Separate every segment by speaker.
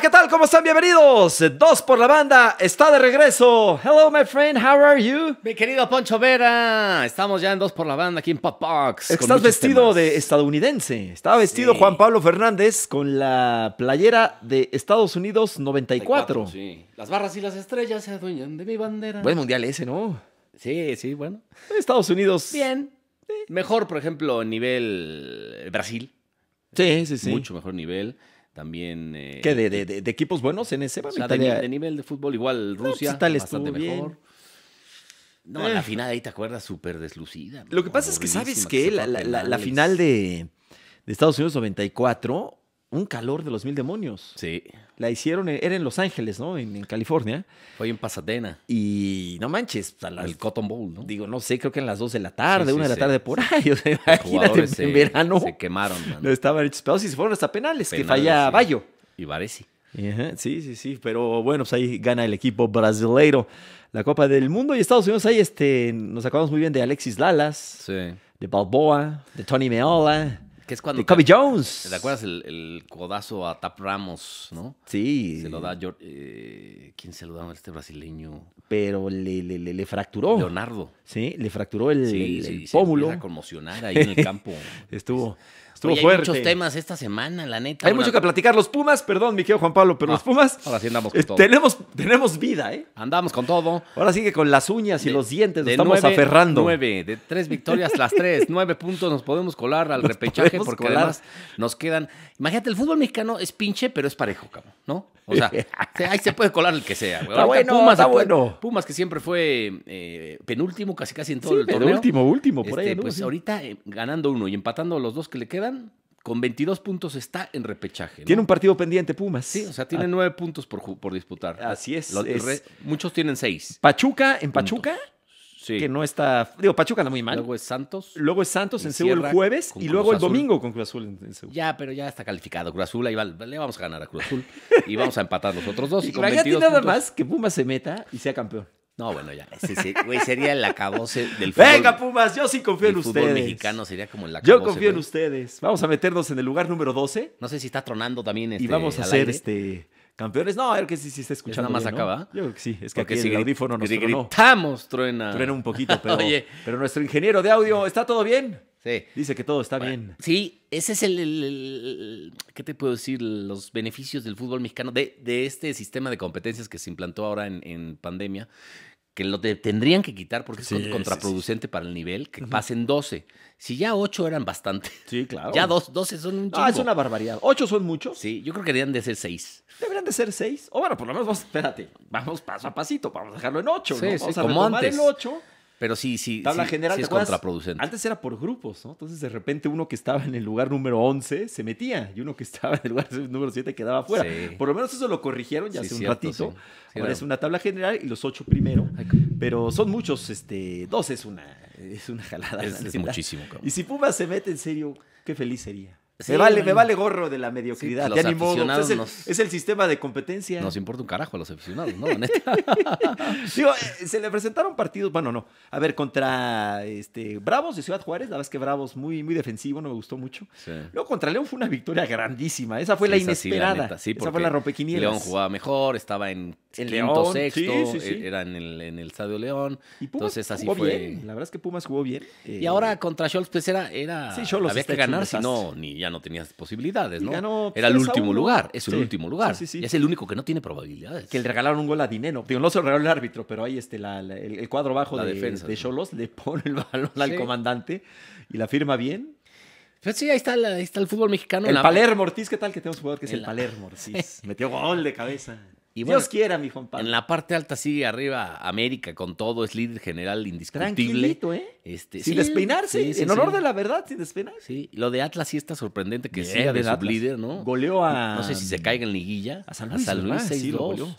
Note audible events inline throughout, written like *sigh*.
Speaker 1: ¿qué tal? ¿Cómo están? Bienvenidos. Dos por la banda está de regreso. Hello, my friend, how are you?
Speaker 2: Mi querido Poncho Vera, estamos ya en dos por la banda aquí en Pop Box. con
Speaker 1: Estás
Speaker 2: muchos
Speaker 1: vestido
Speaker 2: temas.
Speaker 1: de estadounidense. Estaba vestido
Speaker 2: Sí.
Speaker 1: Juan Pablo Fernández con la playera de Estados Unidos 94.
Speaker 2: Sí. Las barras y las estrellas se adueñan de mi bandera.
Speaker 1: Buen mundial ese, ¿no?
Speaker 2: Sí, sí, bueno.
Speaker 1: Estados Unidos.
Speaker 2: Bien. Mejor, por ejemplo, nivel eh, Brasil.
Speaker 1: Sí, sí, sí.
Speaker 2: Mucho mejor nivel. También. eh,
Speaker 1: ¿Qué de, de- de- de equipos buenos en ese?
Speaker 2: o
Speaker 1: Bueno,
Speaker 2: sea, de,
Speaker 1: Italia-
Speaker 2: ni- de nivel de fútbol, igual
Speaker 1: pues,
Speaker 2: Rusia.
Speaker 1: Italia
Speaker 2: bastante
Speaker 1: estuvo bien.
Speaker 2: mejor. No,
Speaker 1: Eh.
Speaker 2: la final ahí te acuerdas súper deslucida.
Speaker 1: Lo que pasa es que, ¿sabes que La, la- la- la final
Speaker 2: final
Speaker 1: de, de Estados Unidos 94, un calor de los mil demonios.
Speaker 2: Sí.
Speaker 1: La hicieron, en- era en Los Ángeles, ¿no? En, en California.
Speaker 2: Fue en Pasadena.
Speaker 1: Y no manches, pues, a las-
Speaker 2: El Cotton Bowl, ¿no?
Speaker 1: digo, no sé, creo que en las 2 de la tarde,
Speaker 2: Sí, sí,
Speaker 1: una de la
Speaker 2: sí.
Speaker 1: tarde por ahí. *laughs* O sea,
Speaker 2: Los
Speaker 1: imagínate, en,
Speaker 2: jugadores se-
Speaker 1: verano.
Speaker 2: Se quemaron,
Speaker 1: No
Speaker 2: mano.
Speaker 1: estaban hechos pedazos y se fueron hasta penales, que
Speaker 2: Penales,
Speaker 1: falla
Speaker 2: sí.
Speaker 1: Bayo.
Speaker 2: Y Varese.
Speaker 1: Ajá, Sí, sí, sí, pero bueno, pues ahí gana el equipo brasileiro la Copa del Mundo y Estados Unidos ahí este, nos acabamos muy bien de Alexis Lalas,
Speaker 2: Sí.
Speaker 1: de Balboa, de Tony Meola,
Speaker 2: Que es cuando.
Speaker 1: de Kobe Jones.
Speaker 2: ¿Te acuerdas el, el codazo a Tap Ramos, no?
Speaker 1: Sí,
Speaker 2: Se lo da Jor- eh, ¿Quién se lo da a este brasileño?
Speaker 1: pero le, le- le- le fracturó.
Speaker 2: Leonardo.
Speaker 1: Sí, le fracturó Oh. el,
Speaker 2: Sí,
Speaker 1: el-
Speaker 2: sí,
Speaker 1: el
Speaker 2: se
Speaker 1: pómulo.
Speaker 2: empieza a conmocionar ahí en el campo.
Speaker 1: Estuvo, *laughs* estuvo
Speaker 2: Oye,
Speaker 1: fuerte.
Speaker 2: Hay muchos temas esta semana, la neta.
Speaker 1: Hay
Speaker 2: Una-
Speaker 1: mucho que platicar. Los Pumas, perdón, mi querido Juan Pablo, pero
Speaker 2: No,
Speaker 1: los Pumas.
Speaker 2: Ah, ahora sí andamos con
Speaker 1: eh,
Speaker 2: todo.
Speaker 1: Tenemos, tenemos vida, ¿eh?
Speaker 2: Andamos con todo.
Speaker 1: Ahora sí que con las uñas y
Speaker 2: De-
Speaker 1: los dientes nos
Speaker 2: de
Speaker 1: estamos
Speaker 2: nueve-
Speaker 1: aferrando.
Speaker 2: Nueve, de tres victorias, las
Speaker 1: *laughs*
Speaker 2: tres, nueve puntos nos podemos colar al
Speaker 1: Nos
Speaker 2: repechaje
Speaker 1: podemos
Speaker 2: porque
Speaker 1: colar.
Speaker 2: además nos quedan. Imagínate, el fútbol mexicano es pinche, pero es parejo, cabrón, ¿no?
Speaker 1: *laughs*
Speaker 2: O sea, se- ahí se puede colar el que sea. güey.
Speaker 1: Está
Speaker 2: Ahorita
Speaker 1: bueno, está
Speaker 2: se puede-
Speaker 1: bueno.
Speaker 2: Pumas, que siempre fue eh, penúltimo, casi casi en todo
Speaker 1: Sí,
Speaker 2: el
Speaker 1: pero
Speaker 2: torneo.
Speaker 1: último, último, por
Speaker 2: Este,
Speaker 1: ahí. ¿no?
Speaker 2: Pues
Speaker 1: Sí.
Speaker 2: ahorita eh, ganando uno y empatando los dos que le quedan, con 22 puntos está en repechaje. ¿no?
Speaker 1: Tiene un partido pendiente Pumas. Ah,
Speaker 2: Sí, o sea, tiene nueve puntos por, ju- por disputar.
Speaker 1: Así es,
Speaker 2: Lo- el
Speaker 1: es-
Speaker 2: re- muchos tienen seis.
Speaker 1: Pachuca, en Pachuca,
Speaker 2: Sí.
Speaker 1: que no está... Digo, Pachuca anda muy mal.
Speaker 2: Luego
Speaker 1: Luego,
Speaker 2: es Santos.
Speaker 1: es Santos
Speaker 2: Y
Speaker 1: en Seúl el
Speaker 2: cierra
Speaker 1: jueves
Speaker 2: con
Speaker 1: y
Speaker 2: Cruz
Speaker 1: luego el
Speaker 2: Azul.
Speaker 1: domingo con Cruz Azul en, en Seúl.
Speaker 2: Ya, pero ya está calificado Cruz Azul. Ahí va, le vamos a ganar a Cruz
Speaker 1: *laughs*
Speaker 2: Azul. Y vamos a empatar los otros dos.
Speaker 1: Y
Speaker 2: con
Speaker 1: Imagínate
Speaker 2: 22
Speaker 1: nada
Speaker 2: puntos.
Speaker 1: más que Pumas se meta y sea campeón.
Speaker 2: No, bueno, ya. Ese se- güey, sería el acabose del fútbol.
Speaker 1: Venga, Pumas, yo sí confío
Speaker 2: del
Speaker 1: en
Speaker 2: fútbol
Speaker 1: ustedes.
Speaker 2: mexicano sería como el
Speaker 1: yo
Speaker 2: acabose.
Speaker 1: confío en
Speaker 2: güey.
Speaker 1: ustedes. Vamos a meternos en el lugar número 12.
Speaker 2: No sé si está tronando también este,
Speaker 1: y vamos a
Speaker 2: al
Speaker 1: ser
Speaker 2: aire,
Speaker 1: este, campeones. No, creo que sí, sí está escuchando.
Speaker 2: nada más
Speaker 1: bien, ¿no?
Speaker 2: acá, ¿va?
Speaker 1: Yo creo que sí. Es que
Speaker 2: porque
Speaker 1: aquí
Speaker 2: si
Speaker 1: el
Speaker 2: gri-
Speaker 1: audífono nos
Speaker 2: si
Speaker 1: tronó.
Speaker 2: gritamos, truena.
Speaker 1: Truena un
Speaker 2: *laughs*
Speaker 1: poquito, pero,
Speaker 2: Oye.
Speaker 1: pero nuestro ingeniero de audio, ¿está todo bien?
Speaker 2: Sí.
Speaker 1: Dice que todo está
Speaker 2: Bueno,
Speaker 1: bien.
Speaker 2: Sí, ese es el, el- el- ¿Qué te puedo decir? Los beneficios del fútbol mexicano, de, de este sistema de competencias que se implantó ahora en, en pandemia, que lo te- tendrían que quitar porque
Speaker 1: Sí,
Speaker 2: es
Speaker 1: sí,
Speaker 2: con- contraproducente para el nivel, que pasen 12. Si ya 8 eran bastante, *laughs*
Speaker 1: Sí, claro.
Speaker 2: ya dos, 12 son un chingo.
Speaker 1: Ah, es una barbaridad. Ocho son muchos.
Speaker 2: Sí, yo creo que deberían de ser 6.
Speaker 1: Deberían de ser seis. O bueno, por lo menos vamos, espérate, vamos paso a pasito. Vamos a dejarlo en ocho,
Speaker 2: Sí,
Speaker 1: ¿no?
Speaker 2: sí,
Speaker 1: Vamos a
Speaker 2: como
Speaker 1: retomar
Speaker 2: antes.
Speaker 1: el ocho.
Speaker 2: Pero sí, sí,
Speaker 1: Tabla
Speaker 2: sí,
Speaker 1: general, ¿te
Speaker 2: sí es
Speaker 1: acuerdas?
Speaker 2: contraproducente.
Speaker 1: Antes era por grupos, ¿no? Entonces de repente uno que estaba en el lugar número 11 se metía y uno que estaba en el lugar *laughs* número 7 quedaba fuera.
Speaker 2: Sí.
Speaker 1: Por lo menos eso lo corrigieron ya
Speaker 2: Sí,
Speaker 1: hace un
Speaker 2: cierto,
Speaker 1: ratito.
Speaker 2: sí. Sí,
Speaker 1: Ahora
Speaker 2: era-
Speaker 1: es una tabla general y los ocho primero.
Speaker 2: Ay, c-
Speaker 1: Pero son muchos, este, dos es una, es una jalada. la
Speaker 2: es, es
Speaker 1: neta.
Speaker 2: muchísimo. cabrón.
Speaker 1: Y si Pumas se mete en serio, qué feliz sería.
Speaker 2: Sí,
Speaker 1: me, vale,
Speaker 2: bueno.
Speaker 1: me vale gorro de la mediocridad.
Speaker 2: Sí,
Speaker 1: ya
Speaker 2: los
Speaker 1: ni modo. Pues
Speaker 2: aficionados
Speaker 1: es, el,
Speaker 2: nos-
Speaker 1: es el sistema de competencia.
Speaker 2: Nos importa un carajo a los aficionados, ¿no?
Speaker 1: *laughs*
Speaker 2: La neta.
Speaker 1: Digo, eh, se le presentaron partidos, bueno, no. A ver, contra este Bravos de Ciudad Juárez, la verdad es que Bravos muy, muy defensivo, no me gustó mucho.
Speaker 2: Sí.
Speaker 1: Luego contra León fue una victoria grandísima. Esa fue la
Speaker 2: Esa sí,
Speaker 1: inesperada.
Speaker 2: neta, sí,
Speaker 1: Esa fue
Speaker 2: porque
Speaker 1: la rompequinielas.
Speaker 2: León jugaba mejor, estaba en
Speaker 1: En
Speaker 2: quinto,
Speaker 1: León,
Speaker 2: sexto,
Speaker 1: sí, sí, sí.
Speaker 2: e- era en el, en el Estadio León.
Speaker 1: Y Pumas
Speaker 2: Entonces así
Speaker 1: jugó
Speaker 2: fue.
Speaker 1: bien. La verdad es que Pumas jugó bien. Eh,
Speaker 2: Y ahora contra Scholz, pues era, era
Speaker 1: Sí, Xolos
Speaker 2: había
Speaker 1: está
Speaker 2: que
Speaker 1: hecho un
Speaker 2: ganar, si no,
Speaker 1: desastre.
Speaker 2: ni ya no tenías posibilidades,
Speaker 1: Y
Speaker 2: ¿no?
Speaker 1: ganó
Speaker 2: era el
Speaker 1: 3 a
Speaker 2: último
Speaker 1: uno.
Speaker 2: lugar, es el
Speaker 1: Sí,
Speaker 2: último lugar.
Speaker 1: sí, sí, sí.
Speaker 2: Y es el único que no tiene probabilidades.
Speaker 1: que le regalaron un gol a Dineno. Digo, no se lo regaló el árbitro, pero ahí este, la- la- el, el cuadro bajo
Speaker 2: La
Speaker 1: de,
Speaker 2: defensa,
Speaker 1: de
Speaker 2: sí.
Speaker 1: Cholos le pone el balón al
Speaker 2: Sí.
Speaker 1: comandante y la firma bien.
Speaker 2: Pues sí, ahí está, la- ahí está el fútbol mexicano.
Speaker 1: el
Speaker 2: la-
Speaker 1: Palermo Ortiz, ¿qué tal que tenemos un jugador que es el,
Speaker 2: En la-
Speaker 1: Palermo
Speaker 2: *laughs*
Speaker 1: Ortiz? Metió gol de cabeza.
Speaker 2: Y
Speaker 1: Dios
Speaker 2: bueno,
Speaker 1: quiera, mi Juan Pablo.
Speaker 2: En la parte alta sigue arriba América con todo, es líder general indiscutible.
Speaker 1: Tranquilito, ¿eh?
Speaker 2: Este,
Speaker 1: sin
Speaker 2: sí,
Speaker 1: despeinarse,
Speaker 2: sí, sí,
Speaker 1: en honor
Speaker 2: sí.
Speaker 1: de la verdad, sin despeinarse.
Speaker 2: Sí, lo de Atlas sí está sorprendente que
Speaker 1: Bien,
Speaker 2: siga de
Speaker 1: el Atlas.
Speaker 2: sublíder, ¿no?
Speaker 1: Goleó a.
Speaker 2: No sé si se caiga en liguilla.
Speaker 1: A San Luis, ¿verdad? Sí, lo
Speaker 2: 6-2.
Speaker 1: goleó.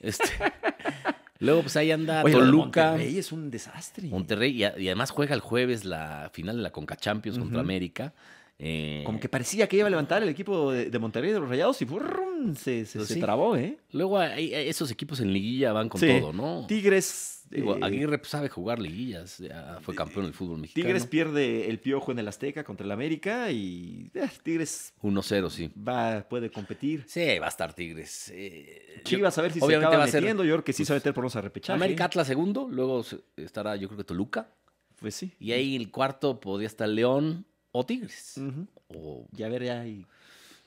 Speaker 2: Este, *laughs* Luego, pues ahí anda
Speaker 1: Oye, lo de
Speaker 2: Toluca.
Speaker 1: Monterrey es un desastre.
Speaker 2: Monterrey. y, a- y además juega el jueves la final de la Conca Champions contra
Speaker 1: Ujú.
Speaker 2: América. Eh,
Speaker 1: Como que parecía que iba a levantar el equipo de, de Monterrey de los Rayados y ¡brum! se, se,
Speaker 2: Pues
Speaker 1: se
Speaker 2: sí.
Speaker 1: trabó, ¿eh?
Speaker 2: Luego hay- hay- esos equipos en liguilla van con
Speaker 1: Sí.
Speaker 2: todo, ¿no?
Speaker 1: Tigres.
Speaker 2: Digo,
Speaker 1: eh,
Speaker 2: Aguirre pues, sabe jugar liguillas. ya Fue campeón del fútbol mexicano.
Speaker 1: Tigres pierde el piojo en el Azteca contra el América y eh, Tigres
Speaker 2: 1-0, sí.
Speaker 1: va, puede competir.
Speaker 2: Sí, va a estar Tigres. Eh, yo-
Speaker 1: Chivas a ver si se
Speaker 2: obviamente
Speaker 1: acaba
Speaker 2: va a ser- pues
Speaker 1: metiendo. Yo creo que sí se va a meter por unos arrepechajes.
Speaker 2: América Atlas segundo, luego se- estará yo creo que Toluca.
Speaker 1: Pues sí.
Speaker 2: Y ahí el cuarto podría estar León o Tigres.
Speaker 1: Ujú.
Speaker 2: O-
Speaker 1: Ya ver ahí.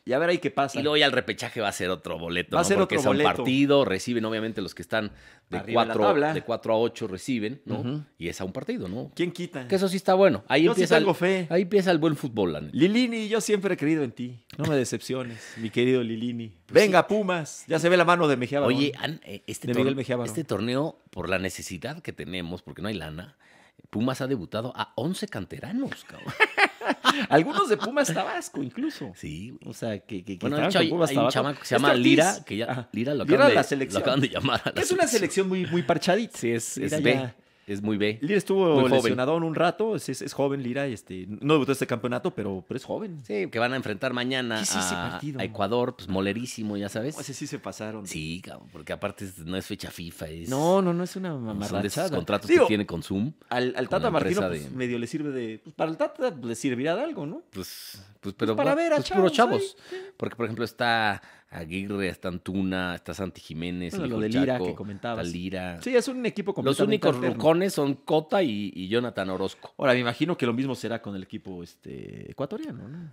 Speaker 1: Ya ver ahí qué pasa.
Speaker 2: y luego ya el repechaje va a ser otro boleto.
Speaker 1: Va a
Speaker 2: ¿no?
Speaker 1: ser
Speaker 2: Porque
Speaker 1: otro
Speaker 2: es a un
Speaker 1: boleto.
Speaker 2: partido, reciben obviamente los que están de
Speaker 1: Arriba la
Speaker 2: 4
Speaker 1: tabla.
Speaker 2: de cuatro a 8 reciben, ¿no?
Speaker 1: Ujú.
Speaker 2: Y es a un partido, ¿no?
Speaker 1: ¿Quién quita?
Speaker 2: Que eso sí está bueno. Ahí,
Speaker 1: Yo sí
Speaker 2: empieza,
Speaker 1: tengo
Speaker 2: el,
Speaker 1: fe.
Speaker 2: ahí empieza el buen fútbol, la neta.
Speaker 1: Lilini, yo siempre he creído en ti. No me decepciones, mi querido Lilini. Venga, Pumas. Ya se ve la mano de Mejía Barón.
Speaker 2: Oye, An, eh, este,
Speaker 1: De
Speaker 2: tor-
Speaker 1: Miguel Mejía Barón.
Speaker 2: este torneo, por la necesidad que tenemos, porque no hay lana, Pumas ha debutado a 11 canteranos,
Speaker 1: *laughs*
Speaker 2: cabrón.
Speaker 1: algunos de Pumas Tabasco incluso.
Speaker 2: Sí, güey.
Speaker 1: O sea, que, que, que
Speaker 2: Bueno,
Speaker 1: estaban
Speaker 2: de hecho,
Speaker 1: con
Speaker 2: hay,
Speaker 1: Pumas
Speaker 2: hay un
Speaker 1: Tabasco.
Speaker 2: chamaco que se
Speaker 1: Este
Speaker 2: llama
Speaker 1: Ortiz.
Speaker 2: Lira, que
Speaker 1: Ajá.
Speaker 2: ya Lira lo
Speaker 1: Lira
Speaker 2: acaban,
Speaker 1: la
Speaker 2: de, lo
Speaker 1: selección.
Speaker 2: acaban de llamar. a la
Speaker 1: Es una
Speaker 2: selección.
Speaker 1: selección muy, muy parchadita.
Speaker 2: Sí, es, es
Speaker 1: Lira
Speaker 2: B,
Speaker 1: ya-
Speaker 2: es muy B.
Speaker 1: Lira estuvo
Speaker 2: Muy joven.
Speaker 1: lesionado un rato, es, es- es joven Lira, y este, no debutó este campeonato, pero, pero es joven.
Speaker 2: Sí, que van a enfrentar mañana
Speaker 1: ¿Qué es ese
Speaker 2: a,
Speaker 1: partido?
Speaker 2: a Ecuador, pues molerísimo, ya sabes.
Speaker 1: No, ese sí se pasaron.
Speaker 2: Sí, cabrón, porque aparte es- no es fecha FIFA, es
Speaker 1: No, no, no es una
Speaker 2: son de esos
Speaker 1: mamarrachada.
Speaker 2: contratos
Speaker 1: Digo,
Speaker 2: que tiene con Zoom.
Speaker 1: Al, al
Speaker 2: con
Speaker 1: Tata
Speaker 2: la
Speaker 1: Martino
Speaker 2: empresa
Speaker 1: pues,
Speaker 2: de-
Speaker 1: medio le sirve de... pues, para el Tata le servirá de algo, ¿no?
Speaker 2: Pues, pues pero
Speaker 1: para
Speaker 2: va-
Speaker 1: ver a
Speaker 2: pues, puro
Speaker 1: chavos ahí,
Speaker 2: chavos. Porque, por ejemplo, está Aguirre, está Antuna, está Santi Jiménez,
Speaker 1: Bueno,
Speaker 2: el
Speaker 1: lo
Speaker 2: hijo
Speaker 1: de
Speaker 2: del
Speaker 1: Lira
Speaker 2: Chaco,
Speaker 1: que comentabas.
Speaker 2: está Lira.
Speaker 1: Sí, es un equipo
Speaker 2: Ah. Los
Speaker 1: completamente
Speaker 2: únicos
Speaker 1: alterno.
Speaker 2: rucones son Cota y, y Jonathan Orozco.
Speaker 1: Ahora, me imagino que lo mismo será con el equipo este, ecuatoriano, ¿no?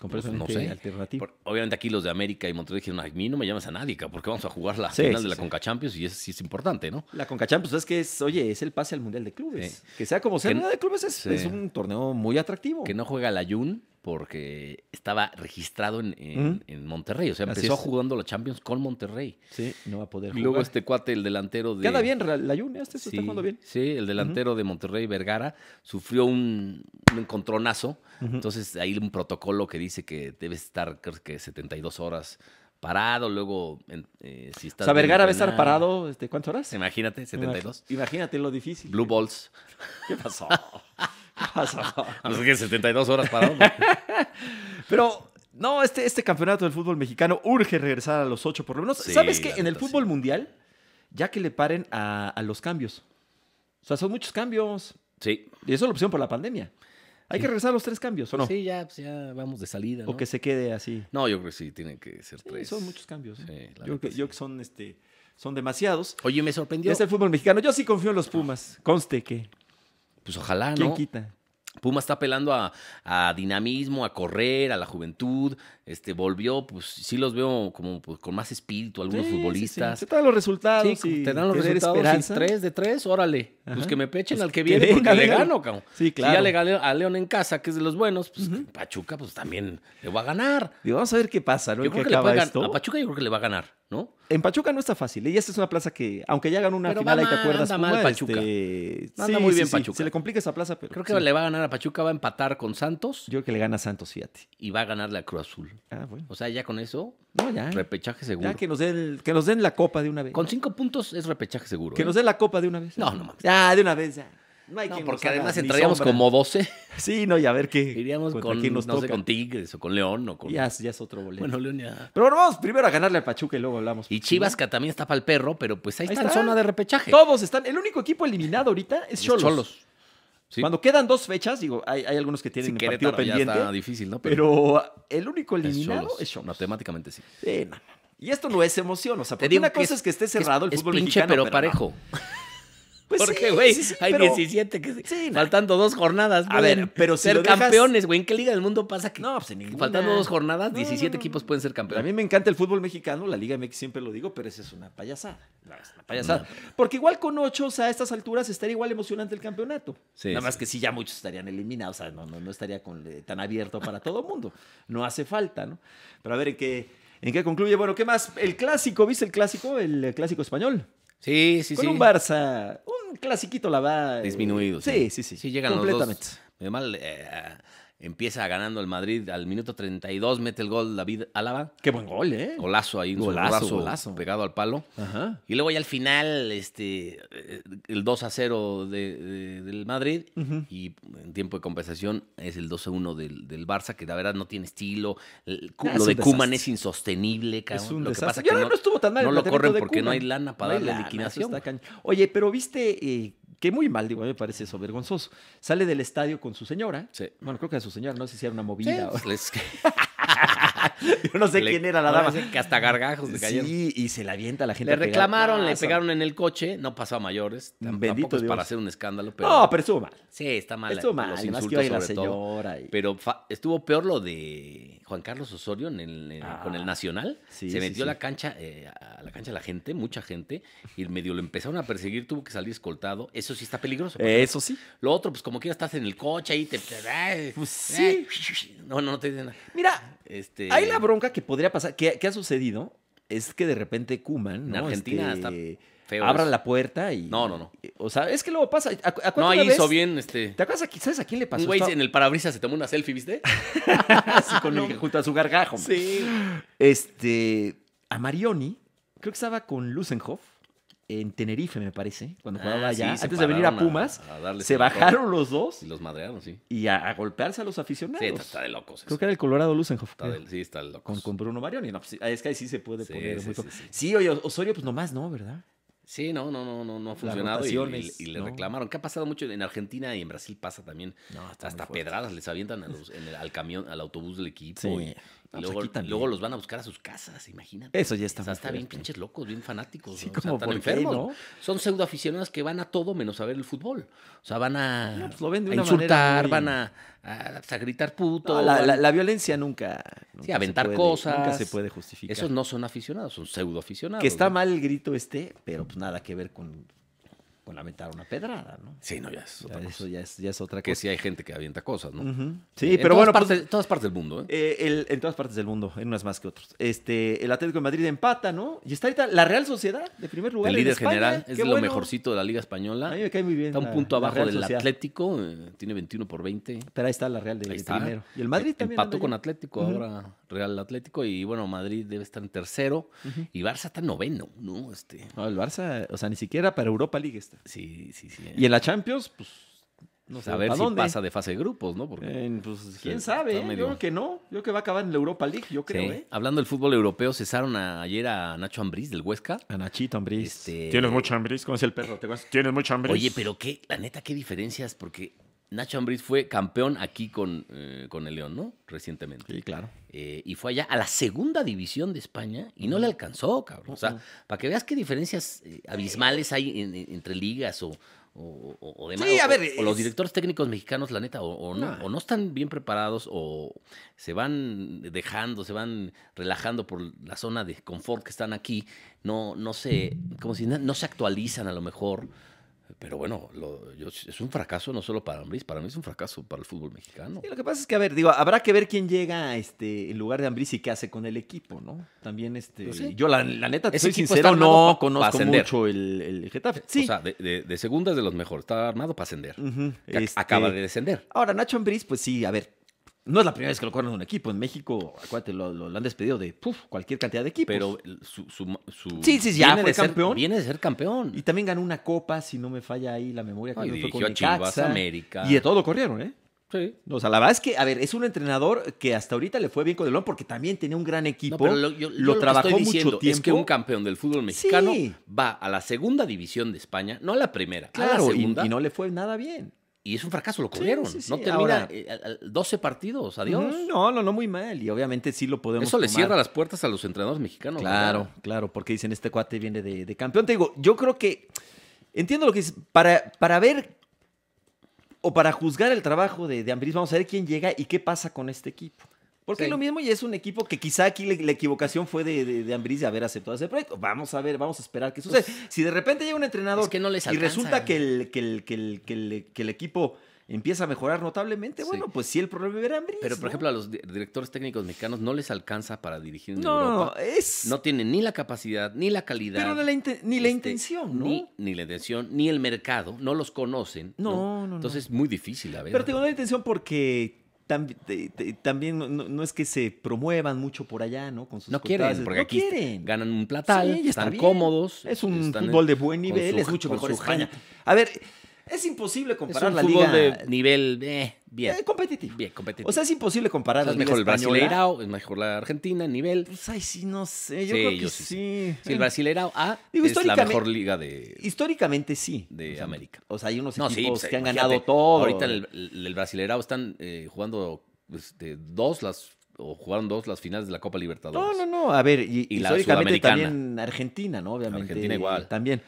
Speaker 1: Completamente
Speaker 2: Pues, sé.
Speaker 1: alternativo.
Speaker 2: Por- obviamente aquí los de América y Monterrey dijeron, "Ay, a mí no me llamas a nadie, cabrón, porque vamos a jugar la
Speaker 1: Sí,
Speaker 2: final
Speaker 1: sí,
Speaker 2: de la
Speaker 1: sí.
Speaker 2: Conca Champions y eso sí es importante, ¿no?
Speaker 1: La CONCACHAMPIONS es que es, oye, es el pase al Mundial de Clubes.
Speaker 2: Sí.
Speaker 1: Que sea como sea, el
Speaker 2: Que-
Speaker 1: Mundial de Clubes es,
Speaker 2: sí.
Speaker 1: es un torneo muy atractivo.
Speaker 2: Que no juega la Jun porque estaba registrado en, en-
Speaker 1: Ujú.
Speaker 2: en Monterrey. O sea,
Speaker 1: Así
Speaker 2: empezó
Speaker 1: es.
Speaker 2: jugando la Champions con Monterrey.
Speaker 1: Sí, no va a poder
Speaker 2: Y
Speaker 1: jugar.
Speaker 2: luego este cuate, el delantero de...
Speaker 1: Queda bien, Ra- la Jun, este se
Speaker 2: Sí,
Speaker 1: está jugando bien.
Speaker 2: sí, el delantero de Monterrey, Vergara, sufrió un, un encontronazo. Entonces, hay un protocolo que dice que debes estar, creo que 72 horas parado. Luego, en- eh,
Speaker 1: O
Speaker 2: si estás.
Speaker 1: sea, Vergara va a
Speaker 2: viendo
Speaker 1: estar
Speaker 2: penal-
Speaker 1: parado, este, ¿cuántas horas?
Speaker 2: Imagínate, 72.
Speaker 1: Imagínate lo difícil.
Speaker 2: Blue Balls.
Speaker 1: ¿Qué
Speaker 2: *laughs*
Speaker 1: pasó? ¿Qué pasó?
Speaker 2: No sé qué, 72 horas parado.
Speaker 1: Pero, no, este, este campeonato del fútbol mexicano urge regresar a los ocho, por lo menos.
Speaker 2: Sí,
Speaker 1: ¿Sabes qué?
Speaker 2: la
Speaker 1: En el
Speaker 2: neta,
Speaker 1: fútbol
Speaker 2: sí.
Speaker 1: mundial, ya que le paren a, a los cambios. O sea, son muchos cambios.
Speaker 2: Sí.
Speaker 1: Y eso lo opción por la pandemia. Hay que regresar a los tres cambios, ¿o no?
Speaker 2: Sí, ya, pues, ya vamos de salida. ¿no?
Speaker 1: O que se quede así.
Speaker 2: No, yo creo que sí, tiene que ser
Speaker 1: Sí,
Speaker 2: tres.
Speaker 1: son muchos cambios. ¿eh?
Speaker 2: Sí, la
Speaker 1: yo, creo
Speaker 2: neta
Speaker 1: que,
Speaker 2: sí.
Speaker 1: yo creo que son, este, son demasiados.
Speaker 2: Oye, me sorprendió.
Speaker 1: Es el fútbol mexicano. Yo sí confío en los Pumas. Conste que.
Speaker 2: Pues ojalá,
Speaker 1: ¿Quién
Speaker 2: ¿no?
Speaker 1: quita?
Speaker 2: Puma está apelando a, a dinamismo, a correr, a la juventud. Este volvió, pues sí los veo como pues, con más espíritu algunos
Speaker 1: Sí, sí, sí.
Speaker 2: futbolistas.
Speaker 1: Se te dan los resultados.
Speaker 2: Sí,
Speaker 1: y
Speaker 2: te dan los
Speaker 1: dar
Speaker 2: resultados
Speaker 1: esperanza.
Speaker 2: y tres de tres, órale. Pues
Speaker 1: Ajá.
Speaker 2: que me pechen al que
Speaker 1: que
Speaker 2: viene porque
Speaker 1: venga,
Speaker 2: le
Speaker 1: venga.
Speaker 2: gano, cabrón.
Speaker 1: Sí,
Speaker 2: Si
Speaker 1: claro.
Speaker 2: ya le gané a León en casa, que es de los buenos, pues Pachuca, pues también le va a ganar.
Speaker 1: Digo, vamos a ver qué pasa, ¿no?
Speaker 2: Yo
Speaker 1: ¿En qué
Speaker 2: creo que le
Speaker 1: acaba
Speaker 2: puede gan-
Speaker 1: esto?
Speaker 2: A Pachuca yo creo que le va a ganar, ¿no?
Speaker 1: En Pachuca no está fácil. Y esta es una plaza que, aunque ya ganó una
Speaker 2: Pero
Speaker 1: final,
Speaker 2: va
Speaker 1: ahí te
Speaker 2: mal,
Speaker 1: acuerdas.
Speaker 2: anda mal
Speaker 1: Puma,
Speaker 2: Pachuca.
Speaker 1: este,
Speaker 2: No anda muy bien Pachuca.
Speaker 1: Se le complica esa plaza, pero.
Speaker 2: Creo que
Speaker 1: sí.
Speaker 2: le va a ganar a Pachuca, va a empatar con Santos
Speaker 1: Yo creo que le gana a Santos, fíjate.
Speaker 2: y va a ganarle a Cruz Azul.
Speaker 1: Ah, bueno.
Speaker 2: O sea, ya con eso,
Speaker 1: No, ya.
Speaker 2: repechaje seguro.
Speaker 1: Ah. Ya que nos, den, el- que nos den la copa de una vez.
Speaker 2: Con cinco puntos es repechaje seguro.
Speaker 1: Que
Speaker 2: ¿eh?
Speaker 1: nos den la copa de una vez.
Speaker 2: No, no mames.
Speaker 1: Ya, de una vez, ya. No hay
Speaker 2: No,
Speaker 1: quien nos
Speaker 2: porque
Speaker 1: haga
Speaker 2: además
Speaker 1: ni
Speaker 2: entraríamos
Speaker 1: sombra.
Speaker 2: como 12.
Speaker 1: Sí, no, y a ver qué.
Speaker 2: Iríamos
Speaker 1: contra
Speaker 2: con,
Speaker 1: quién nos
Speaker 2: no sé,
Speaker 1: toca.
Speaker 2: con Tigres o con León o con.
Speaker 1: Ya, es- ya es otro boleto.
Speaker 2: Bueno, León ya.
Speaker 1: Pero bueno, vamos primero a ganarle al Pachuca y luego hablamos.
Speaker 2: Y Chivas, que también está para el perro, pero pues ahí,
Speaker 1: Ahí
Speaker 2: está, en
Speaker 1: está.
Speaker 2: zona de repechaje.
Speaker 1: Todos están. El único equipo eliminado ahorita es
Speaker 2: Los
Speaker 1: Cholos.
Speaker 2: Sí.
Speaker 1: Cuando quedan dos fechas, digo, hay, hay algunos que
Speaker 2: Sí,
Speaker 1: tienen el partido
Speaker 2: Querétaro ya
Speaker 1: pendiente.
Speaker 2: está difícil, ¿no?
Speaker 1: Pero el único
Speaker 2: es
Speaker 1: eliminado
Speaker 2: Cholos.
Speaker 1: es Cholos.
Speaker 2: Matemáticamente sí.
Speaker 1: Sí, no, no. Y esto no es emoción, o sea,
Speaker 2: Te
Speaker 1: porque
Speaker 2: digo
Speaker 1: una
Speaker 2: que
Speaker 1: cosa es, que esté cerrado el
Speaker 2: es
Speaker 1: fútbol
Speaker 2: pinche,
Speaker 1: mexicano,
Speaker 2: pero
Speaker 1: no.
Speaker 2: parejo.
Speaker 1: Pues
Speaker 2: Porque,
Speaker 1: sí,
Speaker 2: güey,
Speaker 1: sí, sí,
Speaker 2: hay
Speaker 1: pero-
Speaker 2: 17 que se-
Speaker 1: Sí, no.
Speaker 2: faltando dos jornadas.
Speaker 1: A ver,
Speaker 2: pueden
Speaker 1: pero si
Speaker 2: ser
Speaker 1: lo dejas-
Speaker 2: campeones, güey. ¿En qué liga del mundo pasa que,
Speaker 1: No, pues en
Speaker 2: que
Speaker 1: ninguna.
Speaker 2: faltando dos jornadas,
Speaker 1: No,
Speaker 2: 17
Speaker 1: no, no,
Speaker 2: equipos
Speaker 1: no.
Speaker 2: pueden ser
Speaker 1: A mí
Speaker 2: campeones?
Speaker 1: me encanta el fútbol mexicano, la Liga MX siempre lo digo, pero esa es una payasada. Es una payasada. Porque igual con ocho, o sea, a estas alturas estaría igual emocionante el campeonato.
Speaker 2: Sí,
Speaker 1: Nada
Speaker 2: sí.
Speaker 1: más que sí, ya muchos estarían eliminados, o sea, no, no, no estaría con- eh, tan abierto para todo el mundo. No hace falta, ¿no? Pero a ver en qué, en qué concluye. Bueno, ¿qué más? El clásico, ¿viste el clásico? El eh, clásico español.
Speaker 2: Sí, sí,
Speaker 1: con
Speaker 2: sí.
Speaker 1: un Barça, un clasiquito la va. eh,
Speaker 2: disminuido.
Speaker 1: Sí, sí, sí.
Speaker 2: Sí, llegan los dos.
Speaker 1: completamente.
Speaker 2: Además, eh, Empieza ganando el Madrid al minuto 32, mete el gol David Álava.
Speaker 1: Qué buen gol, ¿eh?
Speaker 2: Golazo ahí, un
Speaker 1: Golazo,
Speaker 2: zurdazo
Speaker 1: golazo.
Speaker 2: pegado al palo.
Speaker 1: Ajá.
Speaker 2: Y luego ya al final, este, eh, el 2 a 0 de- de- del Madrid
Speaker 1: Ujú.
Speaker 2: y en tiempo de compensación es el 2 a 1 del, del Barça, que la verdad no tiene estilo. El- cu-
Speaker 1: Ah, es
Speaker 2: lo
Speaker 1: un
Speaker 2: de Kuman
Speaker 1: desastre.
Speaker 2: es insostenible, cabrón.
Speaker 1: Es un
Speaker 2: lo que
Speaker 1: desastre.
Speaker 2: pasa
Speaker 1: Y
Speaker 2: que
Speaker 1: ahora
Speaker 2: no,
Speaker 1: no, estuvo tan mal.
Speaker 2: no
Speaker 1: el
Speaker 2: lo
Speaker 1: planteamiento
Speaker 2: corren
Speaker 1: de
Speaker 2: porque no
Speaker 1: Koeman.
Speaker 2: hay lana para
Speaker 1: No hay
Speaker 2: darle
Speaker 1: lana, eso
Speaker 2: liquidación.
Speaker 1: está cañón. Oye, pero viste eh, que muy mal, digo, a mí me parece eso, vergonzoso. Sale del estadio con su señora.
Speaker 2: Sí.
Speaker 1: Bueno, creo que a su señora, no sé si era una
Speaker 2: Sí,
Speaker 1: movida.
Speaker 2: pues, les-
Speaker 1: o- *laughs* Yo no sé
Speaker 2: le-
Speaker 1: quién era la
Speaker 2: ahora
Speaker 1: dama.
Speaker 2: sí que hasta gargajos le cayeron.
Speaker 1: Sí, y se la avienta a la gente.
Speaker 2: Le
Speaker 1: a pegar.
Speaker 2: reclamaron,
Speaker 1: Ah,
Speaker 2: le
Speaker 1: son-
Speaker 2: pegaron en el coche, no pasó a mayores. Tam-
Speaker 1: Bendito
Speaker 2: Tampoco es
Speaker 1: Dios.
Speaker 2: para hacer un escándalo, pero.
Speaker 1: No, pero estuvo mal.
Speaker 2: Sí, está mal.
Speaker 1: estuvo mal.
Speaker 2: los
Speaker 1: Además que
Speaker 2: insultos
Speaker 1: iba la
Speaker 2: sobre todo.
Speaker 1: señora. y-
Speaker 2: Pero fa- estuvo peor lo de Juan Carlos Osorio en el- en-
Speaker 1: Ah,
Speaker 2: con el Nacional.
Speaker 1: sí,
Speaker 2: se
Speaker 1: sí,
Speaker 2: metió a
Speaker 1: sí.
Speaker 2: la cancha, eh, a la cancha la gente, mucha gente, y medio lo empezaron a perseguir, tuvo que salir escoltado. Eso sí está peligroso. porque
Speaker 1: Eh, Eso sí.
Speaker 2: Lo otro, pues como quiera estás en el coche ahí, te. ay,
Speaker 1: Pues
Speaker 2: ay, *laughs* No, no, no te dicen nada.
Speaker 1: Mira,
Speaker 2: Este,
Speaker 1: Ahí la bronca que podría pasar, que, que ha sucedido, es que de repente Kuman,
Speaker 2: En
Speaker 1: ¿no?
Speaker 2: Argentina
Speaker 1: Este,
Speaker 2: feo
Speaker 1: abra
Speaker 2: eso.
Speaker 1: la puerta y.
Speaker 2: No, no, no.
Speaker 1: O sea, es que luego pasa. ¿A, cu- a cuánto
Speaker 2: No, ahí
Speaker 1: una
Speaker 2: hizo
Speaker 1: vez-
Speaker 2: bien este.
Speaker 1: ¿Te acuerdas a, qui- ¿sabes a quién le pasó?
Speaker 2: Un güey
Speaker 1: esto?
Speaker 2: en el parabrisas se tomó una
Speaker 1: *laughs*
Speaker 2: selfie, ¿viste?
Speaker 1: Así con el- junto a su gargajo.
Speaker 2: Sí.
Speaker 1: Este. A Marioni, creo que estaba con Lusenhoff en Tenerife, me parece, cuando jugaba
Speaker 2: Ah, sí,
Speaker 1: allá.
Speaker 2: se
Speaker 1: Antes de venir a
Speaker 2: pararon a-
Speaker 1: Pumas,
Speaker 2: a darles
Speaker 1: se
Speaker 2: en la torre.
Speaker 1: bajaron los dos
Speaker 2: Y los madrearon, sí.
Speaker 1: y a, a golpearse a los
Speaker 2: Sí,
Speaker 1: aficionados.
Speaker 2: está, está de locos. eso.
Speaker 1: creo que era el Colorado Lusenhoff. eh,
Speaker 2: Está de- sí, está de locos.
Speaker 1: con, con Bruno Marioni. No, pues, sí, es que ahí sí se puede
Speaker 2: Sí,
Speaker 1: poner.
Speaker 2: sí,
Speaker 1: muy
Speaker 2: sí,
Speaker 1: co- sí,
Speaker 2: sí.
Speaker 1: oye, Osorio, pues nomás no, ¿verdad?
Speaker 2: Sí, no, no, no, no, no ha funcionado. y- Y,
Speaker 1: rotaciones,
Speaker 2: y le
Speaker 1: ¿no?
Speaker 2: reclamaron. Que ha pasado mucho en Argentina y en Brasil pasa también.
Speaker 1: No,
Speaker 2: hasta pedradas les avientan a los- en el- al camión, al autobús del equipo.
Speaker 1: Sí.
Speaker 2: y-
Speaker 1: No,
Speaker 2: Y,
Speaker 1: pues
Speaker 2: luego,
Speaker 1: aquí también.
Speaker 2: luego los van a buscar a sus casas, imagínate.
Speaker 1: Eso ya está
Speaker 2: Está,
Speaker 1: muy
Speaker 2: está bien
Speaker 1: fuerte.
Speaker 2: pinches locos, bien fanáticos.
Speaker 1: Sí,
Speaker 2: ¿no? O sea,
Speaker 1: como
Speaker 2: están
Speaker 1: por qué,
Speaker 2: enfermos.
Speaker 1: ¿no?
Speaker 2: Son pseudoaficionados que van a todo menos a ver el fútbol. O sea, van a,
Speaker 1: No, pues lo ven de
Speaker 2: a
Speaker 1: una manera
Speaker 2: insultar,
Speaker 1: muy-
Speaker 2: van a, a- a gritar puto.
Speaker 1: No, la,
Speaker 2: van-
Speaker 1: la- la violencia nunca. nunca se
Speaker 2: aventar
Speaker 1: puede-
Speaker 2: cosas.
Speaker 1: Nunca se puede justificar.
Speaker 2: Esos no son aficionados, son pseudoaficionados.
Speaker 1: que está
Speaker 2: ¿no?
Speaker 1: mal el grito este, pero pues nada que ver con, con aventar una pedrada, ¿no?
Speaker 2: Sí, no, ya es
Speaker 1: Ya
Speaker 2: otra cosa.
Speaker 1: eso ya es, ya es otra
Speaker 2: Que
Speaker 1: cosa.
Speaker 2: sí hay gente que avienta cosas, ¿no?
Speaker 1: Ujú.
Speaker 2: Eh,
Speaker 1: Sí,
Speaker 2: en
Speaker 1: pero
Speaker 2: todas
Speaker 1: bueno, pues,
Speaker 2: partes- todas partes del mundo, ¿eh?
Speaker 1: eh, el- en todas partes del mundo, en unas más que otras. Este, el Atlético de Madrid empata, ¿no? Y está ahorita la Real Sociedad de primer lugar.
Speaker 2: El
Speaker 1: en
Speaker 2: líder
Speaker 1: España, ¿eh?
Speaker 2: general
Speaker 1: qué
Speaker 2: es lo
Speaker 1: bueno.
Speaker 2: mejorcito de la Liga Española.
Speaker 1: A mí me cae muy bien.
Speaker 2: Está un
Speaker 1: la-
Speaker 2: punto
Speaker 1: la
Speaker 2: abajo
Speaker 1: Real
Speaker 2: del
Speaker 1: Sociedad.
Speaker 2: Atlético, eh, tiene 21 por 20.
Speaker 1: Pero ahí está la Real de,
Speaker 2: Ahí
Speaker 1: de
Speaker 2: está.
Speaker 1: primero. Y el Madrid
Speaker 2: Eh,
Speaker 1: también.
Speaker 2: Empató
Speaker 1: anda
Speaker 2: con
Speaker 1: bien.
Speaker 2: Atlético,
Speaker 1: Ujú.
Speaker 2: ahora Real Atlético. Y bueno, Madrid debe estar en tercero.
Speaker 1: Ujú.
Speaker 2: Y Barça está en noveno, ¿no? Este,
Speaker 1: No, el Barça, o sea, ni siquiera para Europa League está.
Speaker 2: sí, sí, sí.
Speaker 1: Y en la Champions, pues, no sé,
Speaker 2: a ver
Speaker 1: ¿pa'
Speaker 2: si
Speaker 1: dónde?
Speaker 2: pasa de fase de grupos, ¿no? Porque
Speaker 1: En, pues, quién
Speaker 2: está
Speaker 1: sabe, ¿eh?
Speaker 2: medio-
Speaker 1: yo creo que no. Yo creo que va a acabar en la Europa League, yo creo,
Speaker 2: Sí.
Speaker 1: ¿eh?
Speaker 2: Hablando del fútbol europeo, cesaron a- ayer a Nacho Ambriz del Huesca.
Speaker 1: A Nachito Ambris.
Speaker 2: Este-
Speaker 1: Tienes mucha Ambris, ¿cómo es el perro? ¿Te acuerdas? Tienes mucha Ambris.
Speaker 2: Oye, pero qué, la neta, qué diferencias, porque Nacho Ambriz fue campeón aquí con, eh, con el León, ¿no? Recientemente.
Speaker 1: Sí, claro.
Speaker 2: Eh, y fue allá a la segunda división de España y no le alcanzó, cabrón. O sea,
Speaker 1: Ujú.
Speaker 2: para que veas qué diferencias eh, abismales hay en- en- entre ligas o, o- o- o demás.
Speaker 1: Sí,
Speaker 2: O-
Speaker 1: a ver,
Speaker 2: o, o los
Speaker 1: es- Ah.
Speaker 2: directores técnicos mexicanos, la neta, o, o no,
Speaker 1: No.
Speaker 2: o no están bien preparados o se van dejando, se van relajando por la zona de confort que están aquí. No, no se, como si na- no se actualizan a lo mejor. Pero bueno, lo- yo- es un fracaso no solo para Ambris, para mí es un fracaso para el fútbol mexicano.
Speaker 1: Sí, lo que pasa es que, a ver, digo, habrá que ver quién llega este, en lugar de Ambris y qué hace con el equipo, ¿no? También, este,
Speaker 2: Pues sí.
Speaker 1: yo la, la neta, te
Speaker 2: Ese
Speaker 1: soy
Speaker 2: equipo está
Speaker 1: sincero, no
Speaker 2: armado pa- pa
Speaker 1: conozco
Speaker 2: ascender.
Speaker 1: mucho el, el Getafe. Sí.
Speaker 2: O sea, de, de, de segunda es de los mejores. Está armado para ascender.
Speaker 1: Ujú,
Speaker 2: Que ac-
Speaker 1: este,
Speaker 2: Acaba de descender.
Speaker 1: Ahora, Nacho Ambriz, pues sí, a ver, no es la primera vez que lo corren de un equipo. En México, acuérdate, lo, lo- lo han despedido de puf, cualquier cantidad de equipos.
Speaker 2: Pero el- su, su- su-
Speaker 1: pues. Sí, sí, ya
Speaker 2: viene
Speaker 1: fue
Speaker 2: de ser-
Speaker 1: campeón.
Speaker 2: viene de ser campeón.
Speaker 1: y también ganó una copa, si no me falla ahí la memoria,
Speaker 2: Ay,
Speaker 1: creo que fue
Speaker 2: dirigió a
Speaker 1: Necaxa.
Speaker 2: Chivas, América.
Speaker 1: Y de todo lo corrieron, ¿eh?
Speaker 2: Sí.
Speaker 1: O sea, la verdad es que, a ver, es un entrenador que hasta ahorita le fue bien con el León porque también tenía un gran equipo.
Speaker 2: No, pero lo, yo- yo lo que
Speaker 1: trabajó
Speaker 2: estoy
Speaker 1: mucho
Speaker 2: diciendo
Speaker 1: tiempo.
Speaker 2: Es que un campeón del fútbol mexicano
Speaker 1: Sí.
Speaker 2: va a la segunda división de España, no a la primera, a la
Speaker 1: claro, y,
Speaker 2: segunda. Y,
Speaker 1: y no le fue nada bien.
Speaker 2: es un fracaso, lo
Speaker 1: Sí,
Speaker 2: corrieron.
Speaker 1: sí, sí,
Speaker 2: No termina
Speaker 1: ahora-
Speaker 2: eh, al- al- 12 partidos, adiós.
Speaker 1: Ujú, Mm, No, no, no, muy mal. Y obviamente sí lo podemos
Speaker 2: Eso le
Speaker 1: tomar.
Speaker 2: cierra las puertas a los entrenadores mexicanos.
Speaker 1: Claro,
Speaker 2: ¿verdad?
Speaker 1: claro, porque dicen este cuate viene de, de campeón. Te digo, yo creo que entiendo lo que dices. Para, para ver o para juzgar el trabajo de, de Ambriz, vamos a ver quién llega y qué pasa con este equipo. Porque
Speaker 2: Sí.
Speaker 1: es lo mismo y es un equipo que quizá aquí le- la equivocación fue de, de, de Ambriz de haber aceptado ese proyecto. Vamos a ver, vamos a esperar qué sucede. Si de repente llega un entrenador
Speaker 2: Pues, Es que no les
Speaker 1: y
Speaker 2: alcanza.
Speaker 1: resulta que el, que, el, que, el, que, el, que el equipo empieza a mejorar notablemente,
Speaker 2: Sí.
Speaker 1: bueno, pues sí el problema era Ambriz.
Speaker 2: Pero, por
Speaker 1: ¿no?
Speaker 2: ejemplo, a los di- directores técnicos mexicanos no les alcanza para dirigir en
Speaker 1: no,
Speaker 2: Europa.
Speaker 1: no, es...
Speaker 2: no tiene ni la capacidad, ni la calidad.
Speaker 1: pero la inte- ni la
Speaker 2: este,
Speaker 1: intención, ¿no?
Speaker 2: Ni, ni la intención, ni el mercado. No los conocen.
Speaker 1: No, no, no.
Speaker 2: Entonces es muy difícil, la verdad.
Speaker 1: Pero tengo una intención porque tam- te- te- también no, no- no es que se promuevan mucho por allá, ¿no? Con sus
Speaker 2: No quieren,
Speaker 1: contrastes.
Speaker 2: porque
Speaker 1: No
Speaker 2: aquí
Speaker 1: quieren.
Speaker 2: ganan un platal,
Speaker 1: Sí, y está
Speaker 2: están
Speaker 1: bien.
Speaker 2: cómodos.
Speaker 1: Es un
Speaker 2: están en-
Speaker 1: fútbol de buen
Speaker 2: con
Speaker 1: nivel,
Speaker 2: su-
Speaker 1: es mucho
Speaker 2: con
Speaker 1: mejor
Speaker 2: su
Speaker 1: España.
Speaker 2: gente.
Speaker 1: A ver, es imposible
Speaker 2: Es
Speaker 1: comparar
Speaker 2: un
Speaker 1: la liga
Speaker 2: fútbol de nivel eh, bien,
Speaker 1: eh, competitiva.
Speaker 2: bien competitivo.
Speaker 1: O sea, es imposible comparar
Speaker 2: es
Speaker 1: la liga
Speaker 2: mejor el
Speaker 1: española.
Speaker 2: Brasileirao, es mejor la
Speaker 1: *laughs*
Speaker 2: Argentina, nivel.
Speaker 1: Pues ay, sí, no sé. Yo
Speaker 2: Sí,
Speaker 1: creo que
Speaker 2: yo sí
Speaker 1: sí.
Speaker 2: sé. Si el Brasileirao A
Speaker 1: Digo,
Speaker 2: es la
Speaker 1: históricamente-
Speaker 2: mejor liga de,
Speaker 1: Históricamente sí.
Speaker 2: de
Speaker 1: O sea,
Speaker 2: América.
Speaker 1: O sea, hay unos
Speaker 2: No, sí,
Speaker 1: equipos
Speaker 2: pues,
Speaker 1: que han
Speaker 2: imagínate,
Speaker 1: ganado todo.
Speaker 2: Ahorita en el, el- el Brasileirao están eh, jugando este, dos las o jugaron dos las finales de la Copa Libertadores.
Speaker 1: No, no, no. A ver, y,
Speaker 2: Y la
Speaker 1: históricamente
Speaker 2: sudamericana.
Speaker 1: también Argentina, ¿no? Obviamente.
Speaker 2: Argentina igual.
Speaker 1: También.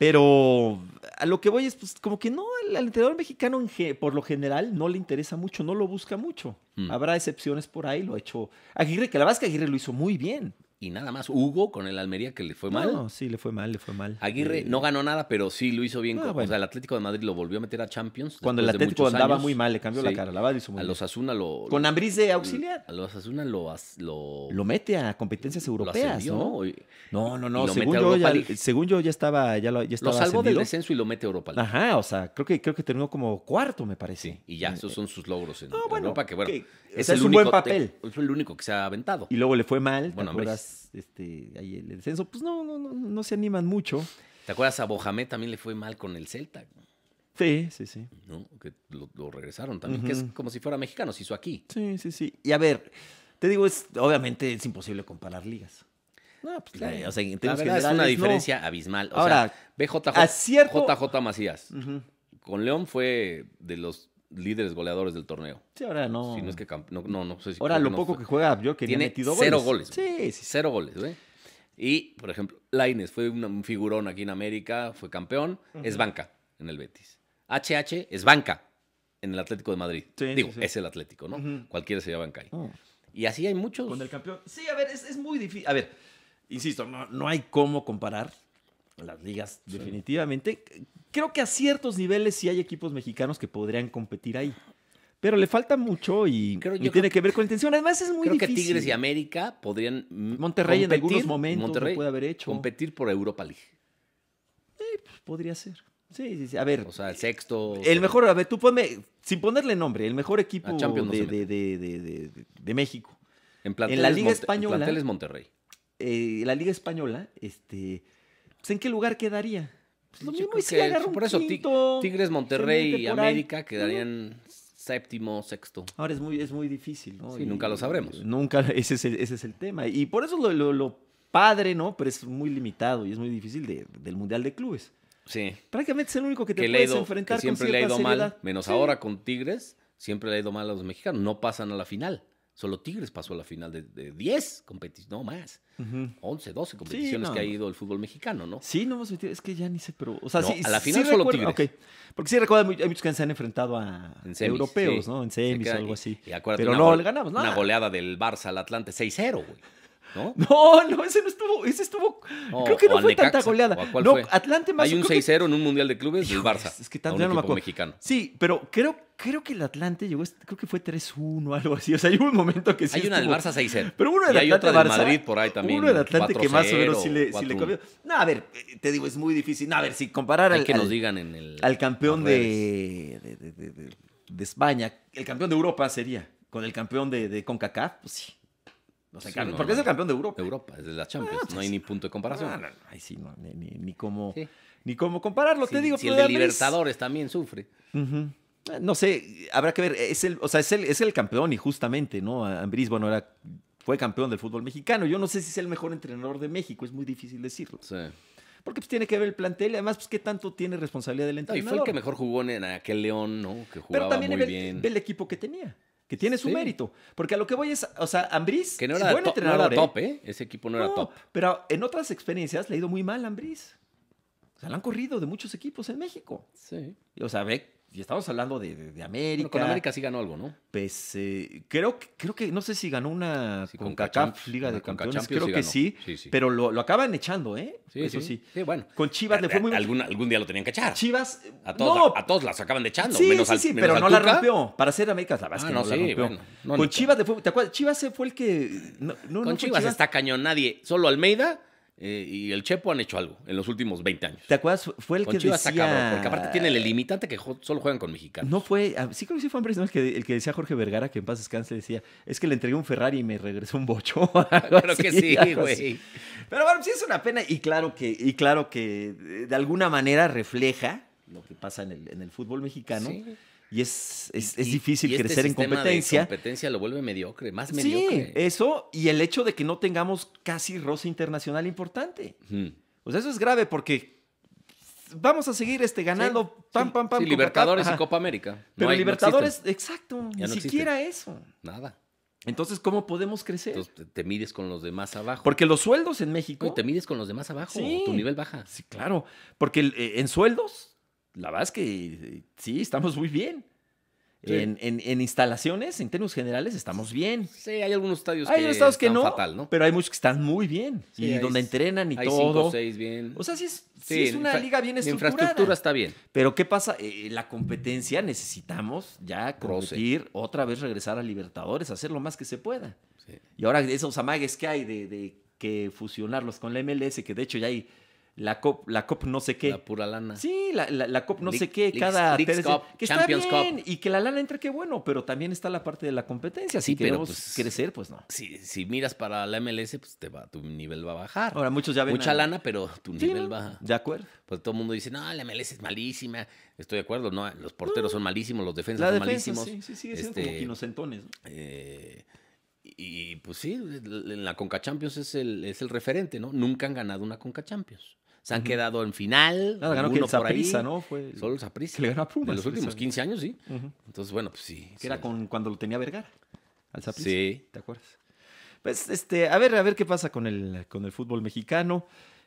Speaker 1: Pero a lo que voy es, pues, como que no, al, al entrenador mexicano en ge- por lo general no le interesa mucho, no lo busca mucho.
Speaker 2: Mm.
Speaker 1: Habrá excepciones por ahí, lo ha hecho Aguirre, que la verdad es que Aguirre lo hizo muy bien.
Speaker 2: Y nada más Hugo con el Almería que le fue mal.
Speaker 1: No, sí, le fue mal, le fue mal.
Speaker 2: Aguirre
Speaker 1: Eh,
Speaker 2: no ganó nada, pero sí lo hizo bien.
Speaker 1: Ah,
Speaker 2: con- O
Speaker 1: bueno.
Speaker 2: sea, el Atlético de Madrid lo volvió a meter a Champions.
Speaker 1: Cuando el
Speaker 2: después de
Speaker 1: Atlético
Speaker 2: muchos
Speaker 1: andaba
Speaker 2: años.
Speaker 1: muy mal, le cambió
Speaker 2: Sí.
Speaker 1: la cara, la verdad lo hizo muy
Speaker 2: A los
Speaker 1: bien.
Speaker 2: Asuna lo.
Speaker 1: Con
Speaker 2: lo-
Speaker 1: Ambriz de auxiliar.
Speaker 2: A los Asuna lo. as- Lo,
Speaker 1: Lo mete a competencias
Speaker 2: lo
Speaker 1: europeas,
Speaker 2: ascendió,
Speaker 1: ¿no?
Speaker 2: Y-
Speaker 1: No, no,
Speaker 2: y
Speaker 1: no.
Speaker 2: lo
Speaker 1: Según
Speaker 2: mete a
Speaker 1: yo,
Speaker 2: Europa
Speaker 1: ya,
Speaker 2: League.
Speaker 1: según yo ya estaba, ya, lo, ya
Speaker 2: Lo
Speaker 1: estaba
Speaker 2: salvó del
Speaker 1: ascendido. Ah,
Speaker 2: descenso y lo mete a Europa League.
Speaker 1: Ajá, o sea, creo que, creo que terminó como cuarto, me parece.
Speaker 2: Sí, y ya, esos son sus logros en
Speaker 1: No, Mm, eh. Ah, bueno,
Speaker 2: Europa, que bueno,
Speaker 1: que- o
Speaker 2: es,
Speaker 1: sea,
Speaker 2: el
Speaker 1: es un
Speaker 2: único
Speaker 1: buen papel.
Speaker 2: te- es el único que se ha aventado.
Speaker 1: Y luego le fue mal,
Speaker 2: Bueno,
Speaker 1: ¿te acuerdas? Este, ahí el descenso, pues no, no, no, no se animan mucho.
Speaker 2: ¿Te acuerdas? A Bohamed también le fue mal con el Celta,
Speaker 1: Sí, sí, sí.
Speaker 2: ¿no? Que lo, lo regresaron también, que es
Speaker 1: Ujú.
Speaker 2: como si fuera mexicano, se hizo aquí.
Speaker 1: Sí, sí, sí. Y a ver, te digo, es obviamente es imposible comparar ligas. No, pues
Speaker 2: La-
Speaker 1: la, o sea, en
Speaker 2: La
Speaker 1: términos
Speaker 2: verdad es una
Speaker 1: generales, no.
Speaker 2: diferencia abismal. O
Speaker 1: Ahora,
Speaker 2: sea, ve JJ,
Speaker 1: a cierto-
Speaker 2: JJ Macías.
Speaker 1: Ujú.
Speaker 2: Con León fue de los líderes goleadores del torneo.
Speaker 1: Sí, ahora no.
Speaker 2: Si no es que camp- no, no, no sé si-
Speaker 1: ahora
Speaker 2: creo
Speaker 1: lo
Speaker 2: no
Speaker 1: poco
Speaker 2: fue.
Speaker 1: que juega yo que
Speaker 2: Tiene
Speaker 1: metido
Speaker 2: cero
Speaker 1: goles.
Speaker 2: goles.
Speaker 1: Sí, sí, sí.
Speaker 2: Cero goles, güey. Y, por ejemplo, Laines fue una- un figurón aquí en América, fue campeón, es banca en el Betis. HH es banca en el Atlético de Madrid.
Speaker 1: Sí, sí,
Speaker 2: Digo,
Speaker 1: sí.
Speaker 2: es el Atlético, ¿no?
Speaker 1: Ujú.
Speaker 2: Cualquiera sería banca ahí.
Speaker 1: No.
Speaker 2: Y así hay muchos.
Speaker 1: con el campeón. Sí, a ver, es, es muy difícil. A ver, insisto, no, no hay cómo comparar las ligas definitivamente. Creo que a ciertos niveles sí hay equipos mexicanos que podrían competir ahí. Pero le falta mucho y,
Speaker 2: Creo-
Speaker 1: y
Speaker 2: yo
Speaker 1: tiene que ver con la intención. Además, es muy
Speaker 2: Creo
Speaker 1: difícil.
Speaker 2: que Tigres y América podrían. mm,
Speaker 1: Monterrey en algunos
Speaker 2: competir-
Speaker 1: momentos lo puede haber hecho.
Speaker 2: Competir por Europa League.
Speaker 1: Podría ser. Sí, sí, sí. A ver,
Speaker 2: O sea, el sexto.
Speaker 1: el mejor, a ver, tú ponme, sin ponerle nombre, el mejor equipo
Speaker 2: A Champions no
Speaker 1: de,
Speaker 2: se
Speaker 1: de-
Speaker 2: mete.
Speaker 1: de- de- de- de- de México.
Speaker 2: En, planteles
Speaker 1: en la Liga
Speaker 2: Monte-
Speaker 1: Española-
Speaker 2: En planteles Monterrey.
Speaker 1: Eh, la Liga Española, este, pues, ¿en qué lugar quedaría? Pues lo
Speaker 2: Yo
Speaker 1: mismo
Speaker 2: creo
Speaker 1: y si
Speaker 2: que
Speaker 1: agarra un
Speaker 2: Por eso, Ti-
Speaker 1: quinto,
Speaker 2: Tigres,
Speaker 1: se
Speaker 2: Monterrey
Speaker 1: mete
Speaker 2: y
Speaker 1: por ahí.
Speaker 2: América quedarían séptimo, sexto.
Speaker 1: Ahora es muy, es muy difícil, ¿no?
Speaker 2: Sí, nunca lo sabremos.
Speaker 1: Nunca, *laughs* ese es el, ese es el tema. Y por eso lo, lo- lo padre, ¿no? Pero es muy limitado y es muy difícil de- del Mundial de Clubes.
Speaker 2: Sí.
Speaker 1: Prácticamente es el único que te
Speaker 2: que, le ha
Speaker 1: puedes
Speaker 2: ido- que
Speaker 1: enfrentar con
Speaker 2: siempre le ha
Speaker 1: cierta
Speaker 2: ido mal,
Speaker 1: seriedad.
Speaker 2: menos
Speaker 1: Sí.
Speaker 2: ahora con Tigres, siempre le ha ido mal a los mexicanos. No pasan a la final. Solo Tigres pasó a la final de, de 10 competiciones, no más.
Speaker 1: Ujú.
Speaker 2: 11, 12 competiciones
Speaker 1: no.
Speaker 2: que ha ido el fútbol mexicano, ¿no?
Speaker 1: Sí, no hemos metido, es que ya ni sé, pero, o sea,
Speaker 2: No,
Speaker 1: sí,
Speaker 2: a la
Speaker 1: sí
Speaker 2: final solo
Speaker 1: recuerdo-
Speaker 2: Tigres.
Speaker 1: ok. Porque sí recuerdo, hay mu- hay muchos que se han enfrentado a
Speaker 2: En semis,
Speaker 1: europeos,
Speaker 2: sí.
Speaker 1: ¿no? En
Speaker 2: Se
Speaker 1: semis o
Speaker 2: quedan-
Speaker 1: algo
Speaker 2: y-
Speaker 1: así.
Speaker 2: y acuérdate,
Speaker 1: Pero
Speaker 2: una
Speaker 1: no,
Speaker 2: gole-
Speaker 1: le ganamos, ¿no?
Speaker 2: Una goleada del Barça al Atlante 6-0, güey.
Speaker 1: *laughs*
Speaker 2: ¿No?
Speaker 1: No, no, ese no estuvo, ese estuvo,
Speaker 2: No,
Speaker 1: creo que
Speaker 2: o
Speaker 1: no
Speaker 2: al
Speaker 1: fue tanta
Speaker 2: Necaxa,
Speaker 1: goleada.
Speaker 2: ¿o a cuál
Speaker 1: No,
Speaker 2: fue?
Speaker 1: Atlante más
Speaker 2: Hay un
Speaker 1: creo que-
Speaker 2: 6-0 en un mundial de clubes del
Speaker 1: Híjoles,
Speaker 2: Barça.
Speaker 1: es que
Speaker 2: a
Speaker 1: tanto
Speaker 2: un
Speaker 1: ya no me
Speaker 2: equipo
Speaker 1: acuerdo.
Speaker 2: mexicano.
Speaker 1: Sí, pero creo, creo que el Atlante llegó, est- creo que fue 3-1, algo así. O sea, hay un momento que sí.
Speaker 2: Hay una del
Speaker 1: estuvo-
Speaker 2: Barça 6-0.
Speaker 1: Pero uno
Speaker 2: y
Speaker 1: del
Speaker 2: hay otra
Speaker 1: Atlante
Speaker 2: del
Speaker 1: Barça,
Speaker 2: Madrid por ahí también.
Speaker 1: Uno del Atlante que más o menos sí
Speaker 2: 4-0,
Speaker 1: le, sí le
Speaker 2: 4-1.
Speaker 1: cambió. No, a ver, eh, te digo, es muy difícil. No, a ver, si comparar
Speaker 2: Hay
Speaker 1: al,
Speaker 2: que nos
Speaker 1: al-
Speaker 2: digan en el.
Speaker 1: al campeón
Speaker 2: las redes.
Speaker 1: de, de, de- de- de- de España, el campeón de Europa sería, con el campeón de, de CONCACAF, pues sí. O sea,
Speaker 2: Sí,
Speaker 1: el campeón-
Speaker 2: no,
Speaker 1: porque
Speaker 2: no.
Speaker 1: es el campeón de Europa.
Speaker 2: Europa, es de las Champions.
Speaker 1: pues
Speaker 2: no hay
Speaker 1: sí.
Speaker 2: ni punto de comparación.
Speaker 1: Ah, no, no, ahí sí, no, ni, ni, ni cómo,
Speaker 2: Sí.
Speaker 1: ni cómo compararlo. te
Speaker 2: Si-
Speaker 1: digo,
Speaker 2: si el
Speaker 1: pero
Speaker 2: de
Speaker 1: a mí es-
Speaker 2: Libertadores también sufre.
Speaker 1: Ujú. Eh, No sé, habrá que ver. Es el, o sea, es el, es el campeón y justamente, ¿no? Ambriz, bueno, era, fue campeón del fútbol mexicano. Yo no sé si es el mejor entrenador de México, es muy difícil decirlo. Porque pues tiene que ver el plantel y además, pues, ¿qué tanto tiene responsabilidad del
Speaker 2: No, y
Speaker 1: entrenador?
Speaker 2: fue el que mejor jugó en aquel León, ¿no? Que jugaba
Speaker 1: Pero también
Speaker 2: muy
Speaker 1: ve,
Speaker 2: bien.
Speaker 1: ve el equipo que tenía, que tiene su
Speaker 2: Sí.
Speaker 1: mérito. Porque a lo que voy es, o sea, Ambriz,
Speaker 2: Que no
Speaker 1: es
Speaker 2: era,
Speaker 1: buen
Speaker 2: to- no era
Speaker 1: entrenador. ¿eh?
Speaker 2: top, ¿eh? Ese equipo no, era
Speaker 1: No,
Speaker 2: top.
Speaker 1: Pero en otras experiencias le ha ido muy mal a Ambriz. O sea, le han corrido de muchos equipos en México.
Speaker 2: Sí.
Speaker 1: Y, O sea, ve, y estamos hablando de, de- de América.
Speaker 2: Bueno, con América sí ganó algo, ¿no?
Speaker 1: Pues eh, creo, que- creo que, no sé si ganó una
Speaker 2: Sí,
Speaker 1: con
Speaker 2: Concachamp-
Speaker 1: CACAF Liga de
Speaker 2: una
Speaker 1: Campeones,
Speaker 2: Concachampions
Speaker 1: creo que
Speaker 2: ganó.
Speaker 1: sí,
Speaker 2: Sí, sí.
Speaker 1: pero lo, lo acaban echando, ¿eh?
Speaker 2: Sí,
Speaker 1: Eso sí.
Speaker 2: sí. Sí, bueno.
Speaker 1: Con Chivas le fue muy
Speaker 2: algún, algún día lo tenían que echar.
Speaker 1: Chivas, eh,
Speaker 2: A todos,
Speaker 1: no,
Speaker 2: a todos las acaban de echando.
Speaker 1: sí,
Speaker 2: menos
Speaker 1: sí,
Speaker 2: al-
Speaker 1: sí,
Speaker 2: menos
Speaker 1: pero
Speaker 2: al
Speaker 1: no la
Speaker 2: Tuca.
Speaker 1: rompió. Para ser América, la verdad es
Speaker 2: Ah,
Speaker 1: que
Speaker 2: no,
Speaker 1: no, la
Speaker 2: sí,
Speaker 1: rompió.
Speaker 2: bueno, no,
Speaker 1: con
Speaker 2: ni-
Speaker 1: Chivas le fue, ¿te acuerdas? Chivas se fue el que no, no, no
Speaker 2: Con
Speaker 1: fue
Speaker 2: Chivas está cañón nadie. Solo Almeida eh, y el Chepo han hecho algo en los últimos 20 años.
Speaker 1: ¿Te acuerdas? Fue el
Speaker 2: Con
Speaker 1: que
Speaker 2: Chivas
Speaker 1: decía...
Speaker 2: está cabrón, porque aparte tienen el limitante que jo- solo juegan con mexicanos.
Speaker 1: No fue, ah, sí creo que sí fue Ambris, ¿no? el, que, el que decía Jorge Vergara, que en paz descanse, decía, es que le entregué un Ferrari y me regresó un bocho. *laughs* Algo
Speaker 2: *laughs* Claro que
Speaker 1: así,
Speaker 2: sí,
Speaker 1: algo así.
Speaker 2: güey.
Speaker 1: Pero bueno, sí es una pena y claro que, y claro que eh, de alguna manera refleja lo que pasa en el, en el fútbol mexicano.
Speaker 2: Sí.
Speaker 1: Y es, es,
Speaker 2: Y-
Speaker 1: es
Speaker 2: y-
Speaker 1: difícil
Speaker 2: y este
Speaker 1: crecer en
Speaker 2: sistema de
Speaker 1: competencia.
Speaker 2: competencia lo vuelve mediocre, más
Speaker 1: Sí, eh,
Speaker 2: mediocre.
Speaker 1: eso y el hecho de que no tengamos casi roce internacional importante.
Speaker 2: Ujú.
Speaker 1: O sea, eso es grave porque vamos a seguir este, ganando pam,
Speaker 2: Sí,
Speaker 1: pam, pam.
Speaker 2: sí,
Speaker 1: Copa,
Speaker 2: Libertadores
Speaker 1: ajá.
Speaker 2: y Copa América. No
Speaker 1: Pero
Speaker 2: hay- no
Speaker 1: Libertadores,
Speaker 2: existen.
Speaker 1: exacto,
Speaker 2: Ya
Speaker 1: ni
Speaker 2: no existen.
Speaker 1: siquiera eso.
Speaker 2: nada.
Speaker 1: Entonces, ¿cómo podemos crecer?
Speaker 2: Entonces te, te mides con los demás abajo.
Speaker 1: porque los sueldos en México.
Speaker 2: Güey, te mides con los demás abajo.
Speaker 1: Sí.
Speaker 2: Tu nivel baja.
Speaker 1: Sí, claro. Porque el- eh, en sueldos, la verdad es que eh, sí, estamos muy bien.
Speaker 2: Sí.
Speaker 1: En, en- en instalaciones, en términos generales, estamos bien.
Speaker 2: Sí, hay algunos estadios
Speaker 1: Hay
Speaker 2: que
Speaker 1: estados que
Speaker 2: están
Speaker 1: no,
Speaker 2: fatal, ¿no?
Speaker 1: pero hay muchos que están muy bien.
Speaker 2: Sí,
Speaker 1: y
Speaker 2: hay-
Speaker 1: donde entrenan y
Speaker 2: hay cinco
Speaker 1: todo.
Speaker 2: o seis bien.
Speaker 1: o sea, sí es, sí
Speaker 2: Sí,
Speaker 1: es una
Speaker 2: infra-
Speaker 1: liga bien
Speaker 2: la
Speaker 1: estructurada.
Speaker 2: infraestructura está bien.
Speaker 1: Pero ¿qué pasa? Eh, la competencia necesitamos ya
Speaker 2: Roce.
Speaker 1: competir, otra vez regresar a Libertadores, hacer lo más que se pueda.
Speaker 2: Sí.
Speaker 1: Y ahora esos amagues que hay de, de que fusionarlos con la MLS, que de hecho ya hay la COP, la COP no sé qué.
Speaker 2: La pura lana.
Speaker 1: sí, la, la, la COP no
Speaker 2: League-
Speaker 1: sé qué,
Speaker 2: Leagues-
Speaker 1: cada
Speaker 2: Leagues
Speaker 1: tercer-
Speaker 2: Cup,
Speaker 1: que está
Speaker 2: Champions
Speaker 1: bien, y que la lana entre, qué bueno, pero también está la parte de la competencia. Si
Speaker 2: Sí, pero
Speaker 1: queremos
Speaker 2: pues-
Speaker 1: crecer, pues no.
Speaker 2: Si, si miras para la MLS, pues te va, tu nivel va a bajar.
Speaker 1: Ahora muchos ya ven.
Speaker 2: Mucha
Speaker 1: a-
Speaker 2: lana, pero tu
Speaker 1: Sí,
Speaker 2: nivel
Speaker 1: ¿no?
Speaker 2: baja.
Speaker 1: De acuerdo.
Speaker 2: Pues todo el mundo dice, no, la MLS es malísima. Estoy de acuerdo, no, los porteros son malísimos, los defensas
Speaker 1: La
Speaker 2: son
Speaker 1: defensa,
Speaker 2: malísimos.
Speaker 1: sí, sí, sigue siendo como
Speaker 2: Este,
Speaker 1: que inocentones. ¿no?
Speaker 2: Eh, y pues sí, en la Conca Champions es el, es el referente, ¿no? Nunca han ganado una Conca Champions. Se han
Speaker 1: Ujú.
Speaker 2: quedado en final.
Speaker 1: Nada, ganó que
Speaker 2: alguno
Speaker 1: el Saprissa, ¿no? Fue
Speaker 2: Solo el Saprissa.
Speaker 1: que le ganó a
Speaker 2: De
Speaker 1: Pumas.
Speaker 2: los últimos 15 años, sí.
Speaker 1: Ujú.
Speaker 2: Entonces, bueno, pues sí.
Speaker 1: Que era con, cuando lo tenía Vergara. Al Saprissa.
Speaker 2: Sí.
Speaker 1: ¿Te acuerdas? Pues, este, a ver, a ver qué pasa con el, con el fútbol mexicano,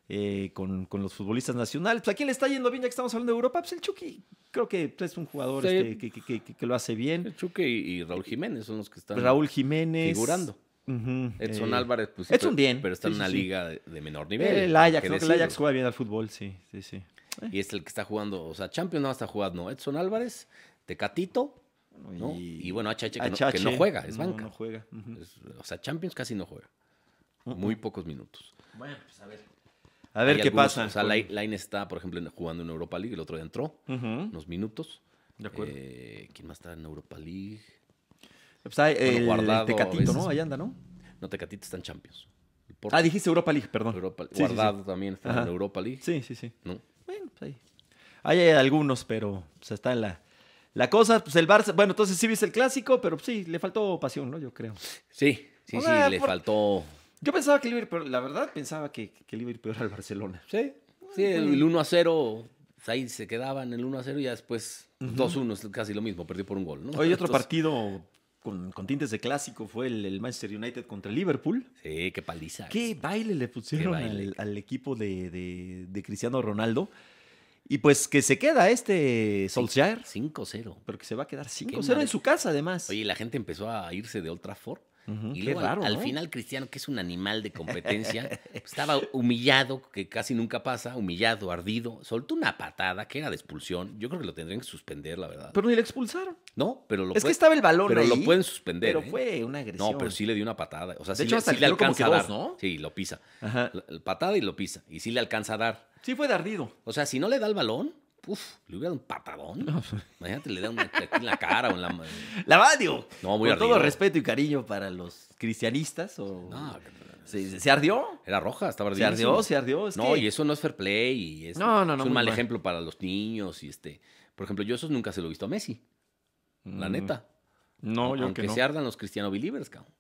Speaker 1: eh, con, con los futbolistas nacionales. Pues, ¿A quién le está yendo bien ya que estamos hablando de Europa? Pues el Chucky. Creo que pues, es un jugador
Speaker 2: Sí.
Speaker 1: este, que, que- que- que lo hace bien.
Speaker 2: El Chuque y, y Raúl Jiménez son los que están
Speaker 1: Raúl Jiménez.
Speaker 2: figurando.
Speaker 1: Ujú,
Speaker 2: Edson
Speaker 1: eh,
Speaker 2: Álvarez, pues
Speaker 1: Edson
Speaker 2: pero-
Speaker 1: bien,
Speaker 2: Pero está
Speaker 1: sí,
Speaker 2: en
Speaker 1: sí,
Speaker 2: una
Speaker 1: sí.
Speaker 2: liga de, de menor nivel.
Speaker 1: El Ajax,
Speaker 2: que
Speaker 1: ¿no? Que el
Speaker 2: decirlo.
Speaker 1: Ajax juega bien al fútbol, sí, sí, sí.
Speaker 2: Y es el que está jugando, o sea, Champions nada más está jugando Edson Álvarez, Tecatito, ¿no? Y, bueno, HH que, no, que no
Speaker 1: HH,
Speaker 2: juega, es
Speaker 1: no,
Speaker 2: banca.
Speaker 1: No, juega. ujú.
Speaker 2: Es- o sea, Champions casi no juega. Muy pocos minutos.
Speaker 1: Bueno, pues a ver. A ver
Speaker 2: Hay
Speaker 1: qué
Speaker 2: algunos,
Speaker 1: pasa.
Speaker 2: O sea,
Speaker 1: con-
Speaker 2: Line está, por ejemplo, en- jugando en Europa League, el otro día entró,
Speaker 1: Ujú,
Speaker 2: unos minutos.
Speaker 1: De acuerdo.
Speaker 2: Eh, ¿Quién más está en Europa League?
Speaker 1: Pues hay
Speaker 2: bueno,
Speaker 1: el,
Speaker 2: Guardado,
Speaker 1: Tecatito,
Speaker 2: ese
Speaker 1: ¿no?
Speaker 2: es-
Speaker 1: Ahí anda, ¿no?
Speaker 2: No, Tecatito está en Champions. El Porto,
Speaker 1: Ah, dijiste Europa League, perdón.
Speaker 2: Europa-
Speaker 1: Sí, sí, sí.
Speaker 2: Guardado también está
Speaker 1: Ajá.
Speaker 2: en Europa League.
Speaker 1: Sí, sí, sí.
Speaker 2: ¿no?
Speaker 1: Bueno, pues ahí. Ahí hay algunos, pero pues, está en la, la cosa. Pues el Barça, bueno, entonces sí viste el clásico, pero pues, sí, le faltó pasión, ¿no? Yo creo.
Speaker 2: Sí, sí,
Speaker 1: O
Speaker 2: sí,
Speaker 1: sea,
Speaker 2: le
Speaker 1: por-
Speaker 2: faltó.
Speaker 1: Yo pensaba que le iba a ir peor, la verdad pensaba que, que le iba a ir peor al Barcelona. *laughs*
Speaker 2: Sí, sí, el 1 a 0, ahí se quedaban el 1 a 0 y ya después 2-1, es casi lo mismo, perdió por un gol, ¿no?
Speaker 1: Hoy otro
Speaker 2: Entonces,
Speaker 1: partido con, con tintes de clásico fue el, el Manchester United contra el Liverpool.
Speaker 2: Sí, qué paliza.
Speaker 1: ¿Qué baile le pusieron
Speaker 2: baile.
Speaker 1: Al, al equipo de, de- de Cristiano Ronaldo? Y pues que se queda este Solskjaer,
Speaker 2: 5-0.
Speaker 1: pero que se va a quedar 5-0
Speaker 2: madre.
Speaker 1: en su casa además.
Speaker 2: Oye, la gente empezó a irse de Old Trafford.
Speaker 1: Ujú,
Speaker 2: Y
Speaker 1: qué
Speaker 2: luego al-
Speaker 1: raro,
Speaker 2: al,
Speaker 1: ¿no?
Speaker 2: final Cristiano, que es un animal de competencia,
Speaker 1: *laughs*
Speaker 2: estaba humillado, que casi nunca pasa, humillado, ardido, soltó una patada que era de expulsión. Yo creo que lo tendrían que suspender, la verdad.
Speaker 1: Pero ni le expulsaron.
Speaker 2: no, pero lo
Speaker 1: es que
Speaker 2: puede-
Speaker 1: estaba el balón
Speaker 2: pero lo
Speaker 1: ahí,
Speaker 2: pueden suspender.
Speaker 1: Pero
Speaker 2: ¿eh?
Speaker 1: fue una agresión.
Speaker 2: No, pero sí le dio una patada. O sea,
Speaker 1: De
Speaker 2: sí,
Speaker 1: hecho,
Speaker 2: le,
Speaker 1: hasta
Speaker 2: sí
Speaker 1: le
Speaker 2: le
Speaker 1: tiró como
Speaker 2: alcanza
Speaker 1: que
Speaker 2: a dar.
Speaker 1: dos, ¿no?
Speaker 2: Sí, lo pisa.
Speaker 1: Ajá.
Speaker 2: La- la patada y lo pisa. Y sí le alcanza a dar.
Speaker 1: Sí fue de ardido.
Speaker 2: O sea, si no le da el balón, uf, le hubiera dado un patadón.
Speaker 1: pues.
Speaker 2: Imagínate, le da un aquí en la cara o en la ma-
Speaker 1: La verdad, digo,
Speaker 2: No, muy
Speaker 1: con
Speaker 2: ardido.
Speaker 1: todo respeto y cariño para los cristianistas. O...
Speaker 2: No,
Speaker 1: ¿Se, se- se ardió?
Speaker 2: era roja, estaba
Speaker 1: Se
Speaker 2: ardidísimo.
Speaker 1: ardió, se ardió. es
Speaker 2: No,
Speaker 1: que-
Speaker 2: y eso no es fair play. Y es,
Speaker 1: No, no, no,
Speaker 2: es un
Speaker 1: muy
Speaker 2: mal
Speaker 1: mal.
Speaker 2: ejemplo para los niños. Y este, por ejemplo, yo esos nunca se lo he visto a Messi, la
Speaker 1: Mm,
Speaker 2: neta.
Speaker 1: No, yo
Speaker 2: Aunque
Speaker 1: que no.
Speaker 2: se ardan los cristiano believers, cabrón.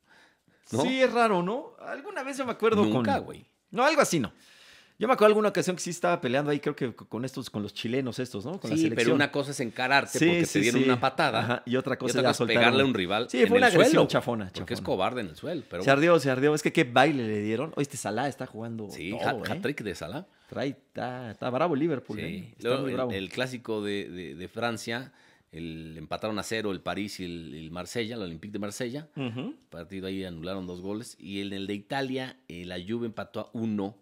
Speaker 2: ¿no?
Speaker 1: Sí, es raro, ¿no? Alguna vez yo me acuerdo con...
Speaker 2: Nunca, güey.
Speaker 1: No, algo así, no. Yo me acuerdo alguna ocasión que sí estaba peleando ahí, creo que con estos, con los chilenos estos, ¿no? Con la
Speaker 2: Sí,
Speaker 1: selección.
Speaker 2: pero una cosa es encararte
Speaker 1: Sí,
Speaker 2: porque
Speaker 1: sí,
Speaker 2: te dieron
Speaker 1: sí.
Speaker 2: una patada.
Speaker 1: Ajá, Y otra
Speaker 2: Y
Speaker 1: cosa,
Speaker 2: otra
Speaker 1: ya
Speaker 2: cosa es
Speaker 1: soltaron-
Speaker 2: pegarle a un rival.
Speaker 1: Sí,
Speaker 2: en
Speaker 1: fue una
Speaker 2: el
Speaker 1: agresión
Speaker 2: suelo, güey,
Speaker 1: chafona,
Speaker 2: Porque es
Speaker 1: chafona.
Speaker 2: cobarde en el suelo. Pero
Speaker 1: Se ardió, se ardió. Es que qué baile le dieron. Oye, este Salah está jugando
Speaker 2: sí,
Speaker 1: todo,
Speaker 2: hat-
Speaker 1: ¿eh?
Speaker 2: hat-trick de Salah.
Speaker 1: Trae, está, está bravo Liverpool,
Speaker 2: Sí.
Speaker 1: ¿eh? Está
Speaker 2: Luego,
Speaker 1: muy
Speaker 2: el-
Speaker 1: bravo.
Speaker 2: el, clásico de, de- de Francia, el empataron a cero el París y el, el Marsella, el Olympique de Marsella.
Speaker 1: Ujú.
Speaker 2: Partido ahí anularon dos goles. Y en el de Italia, eh, la Juve empató a uno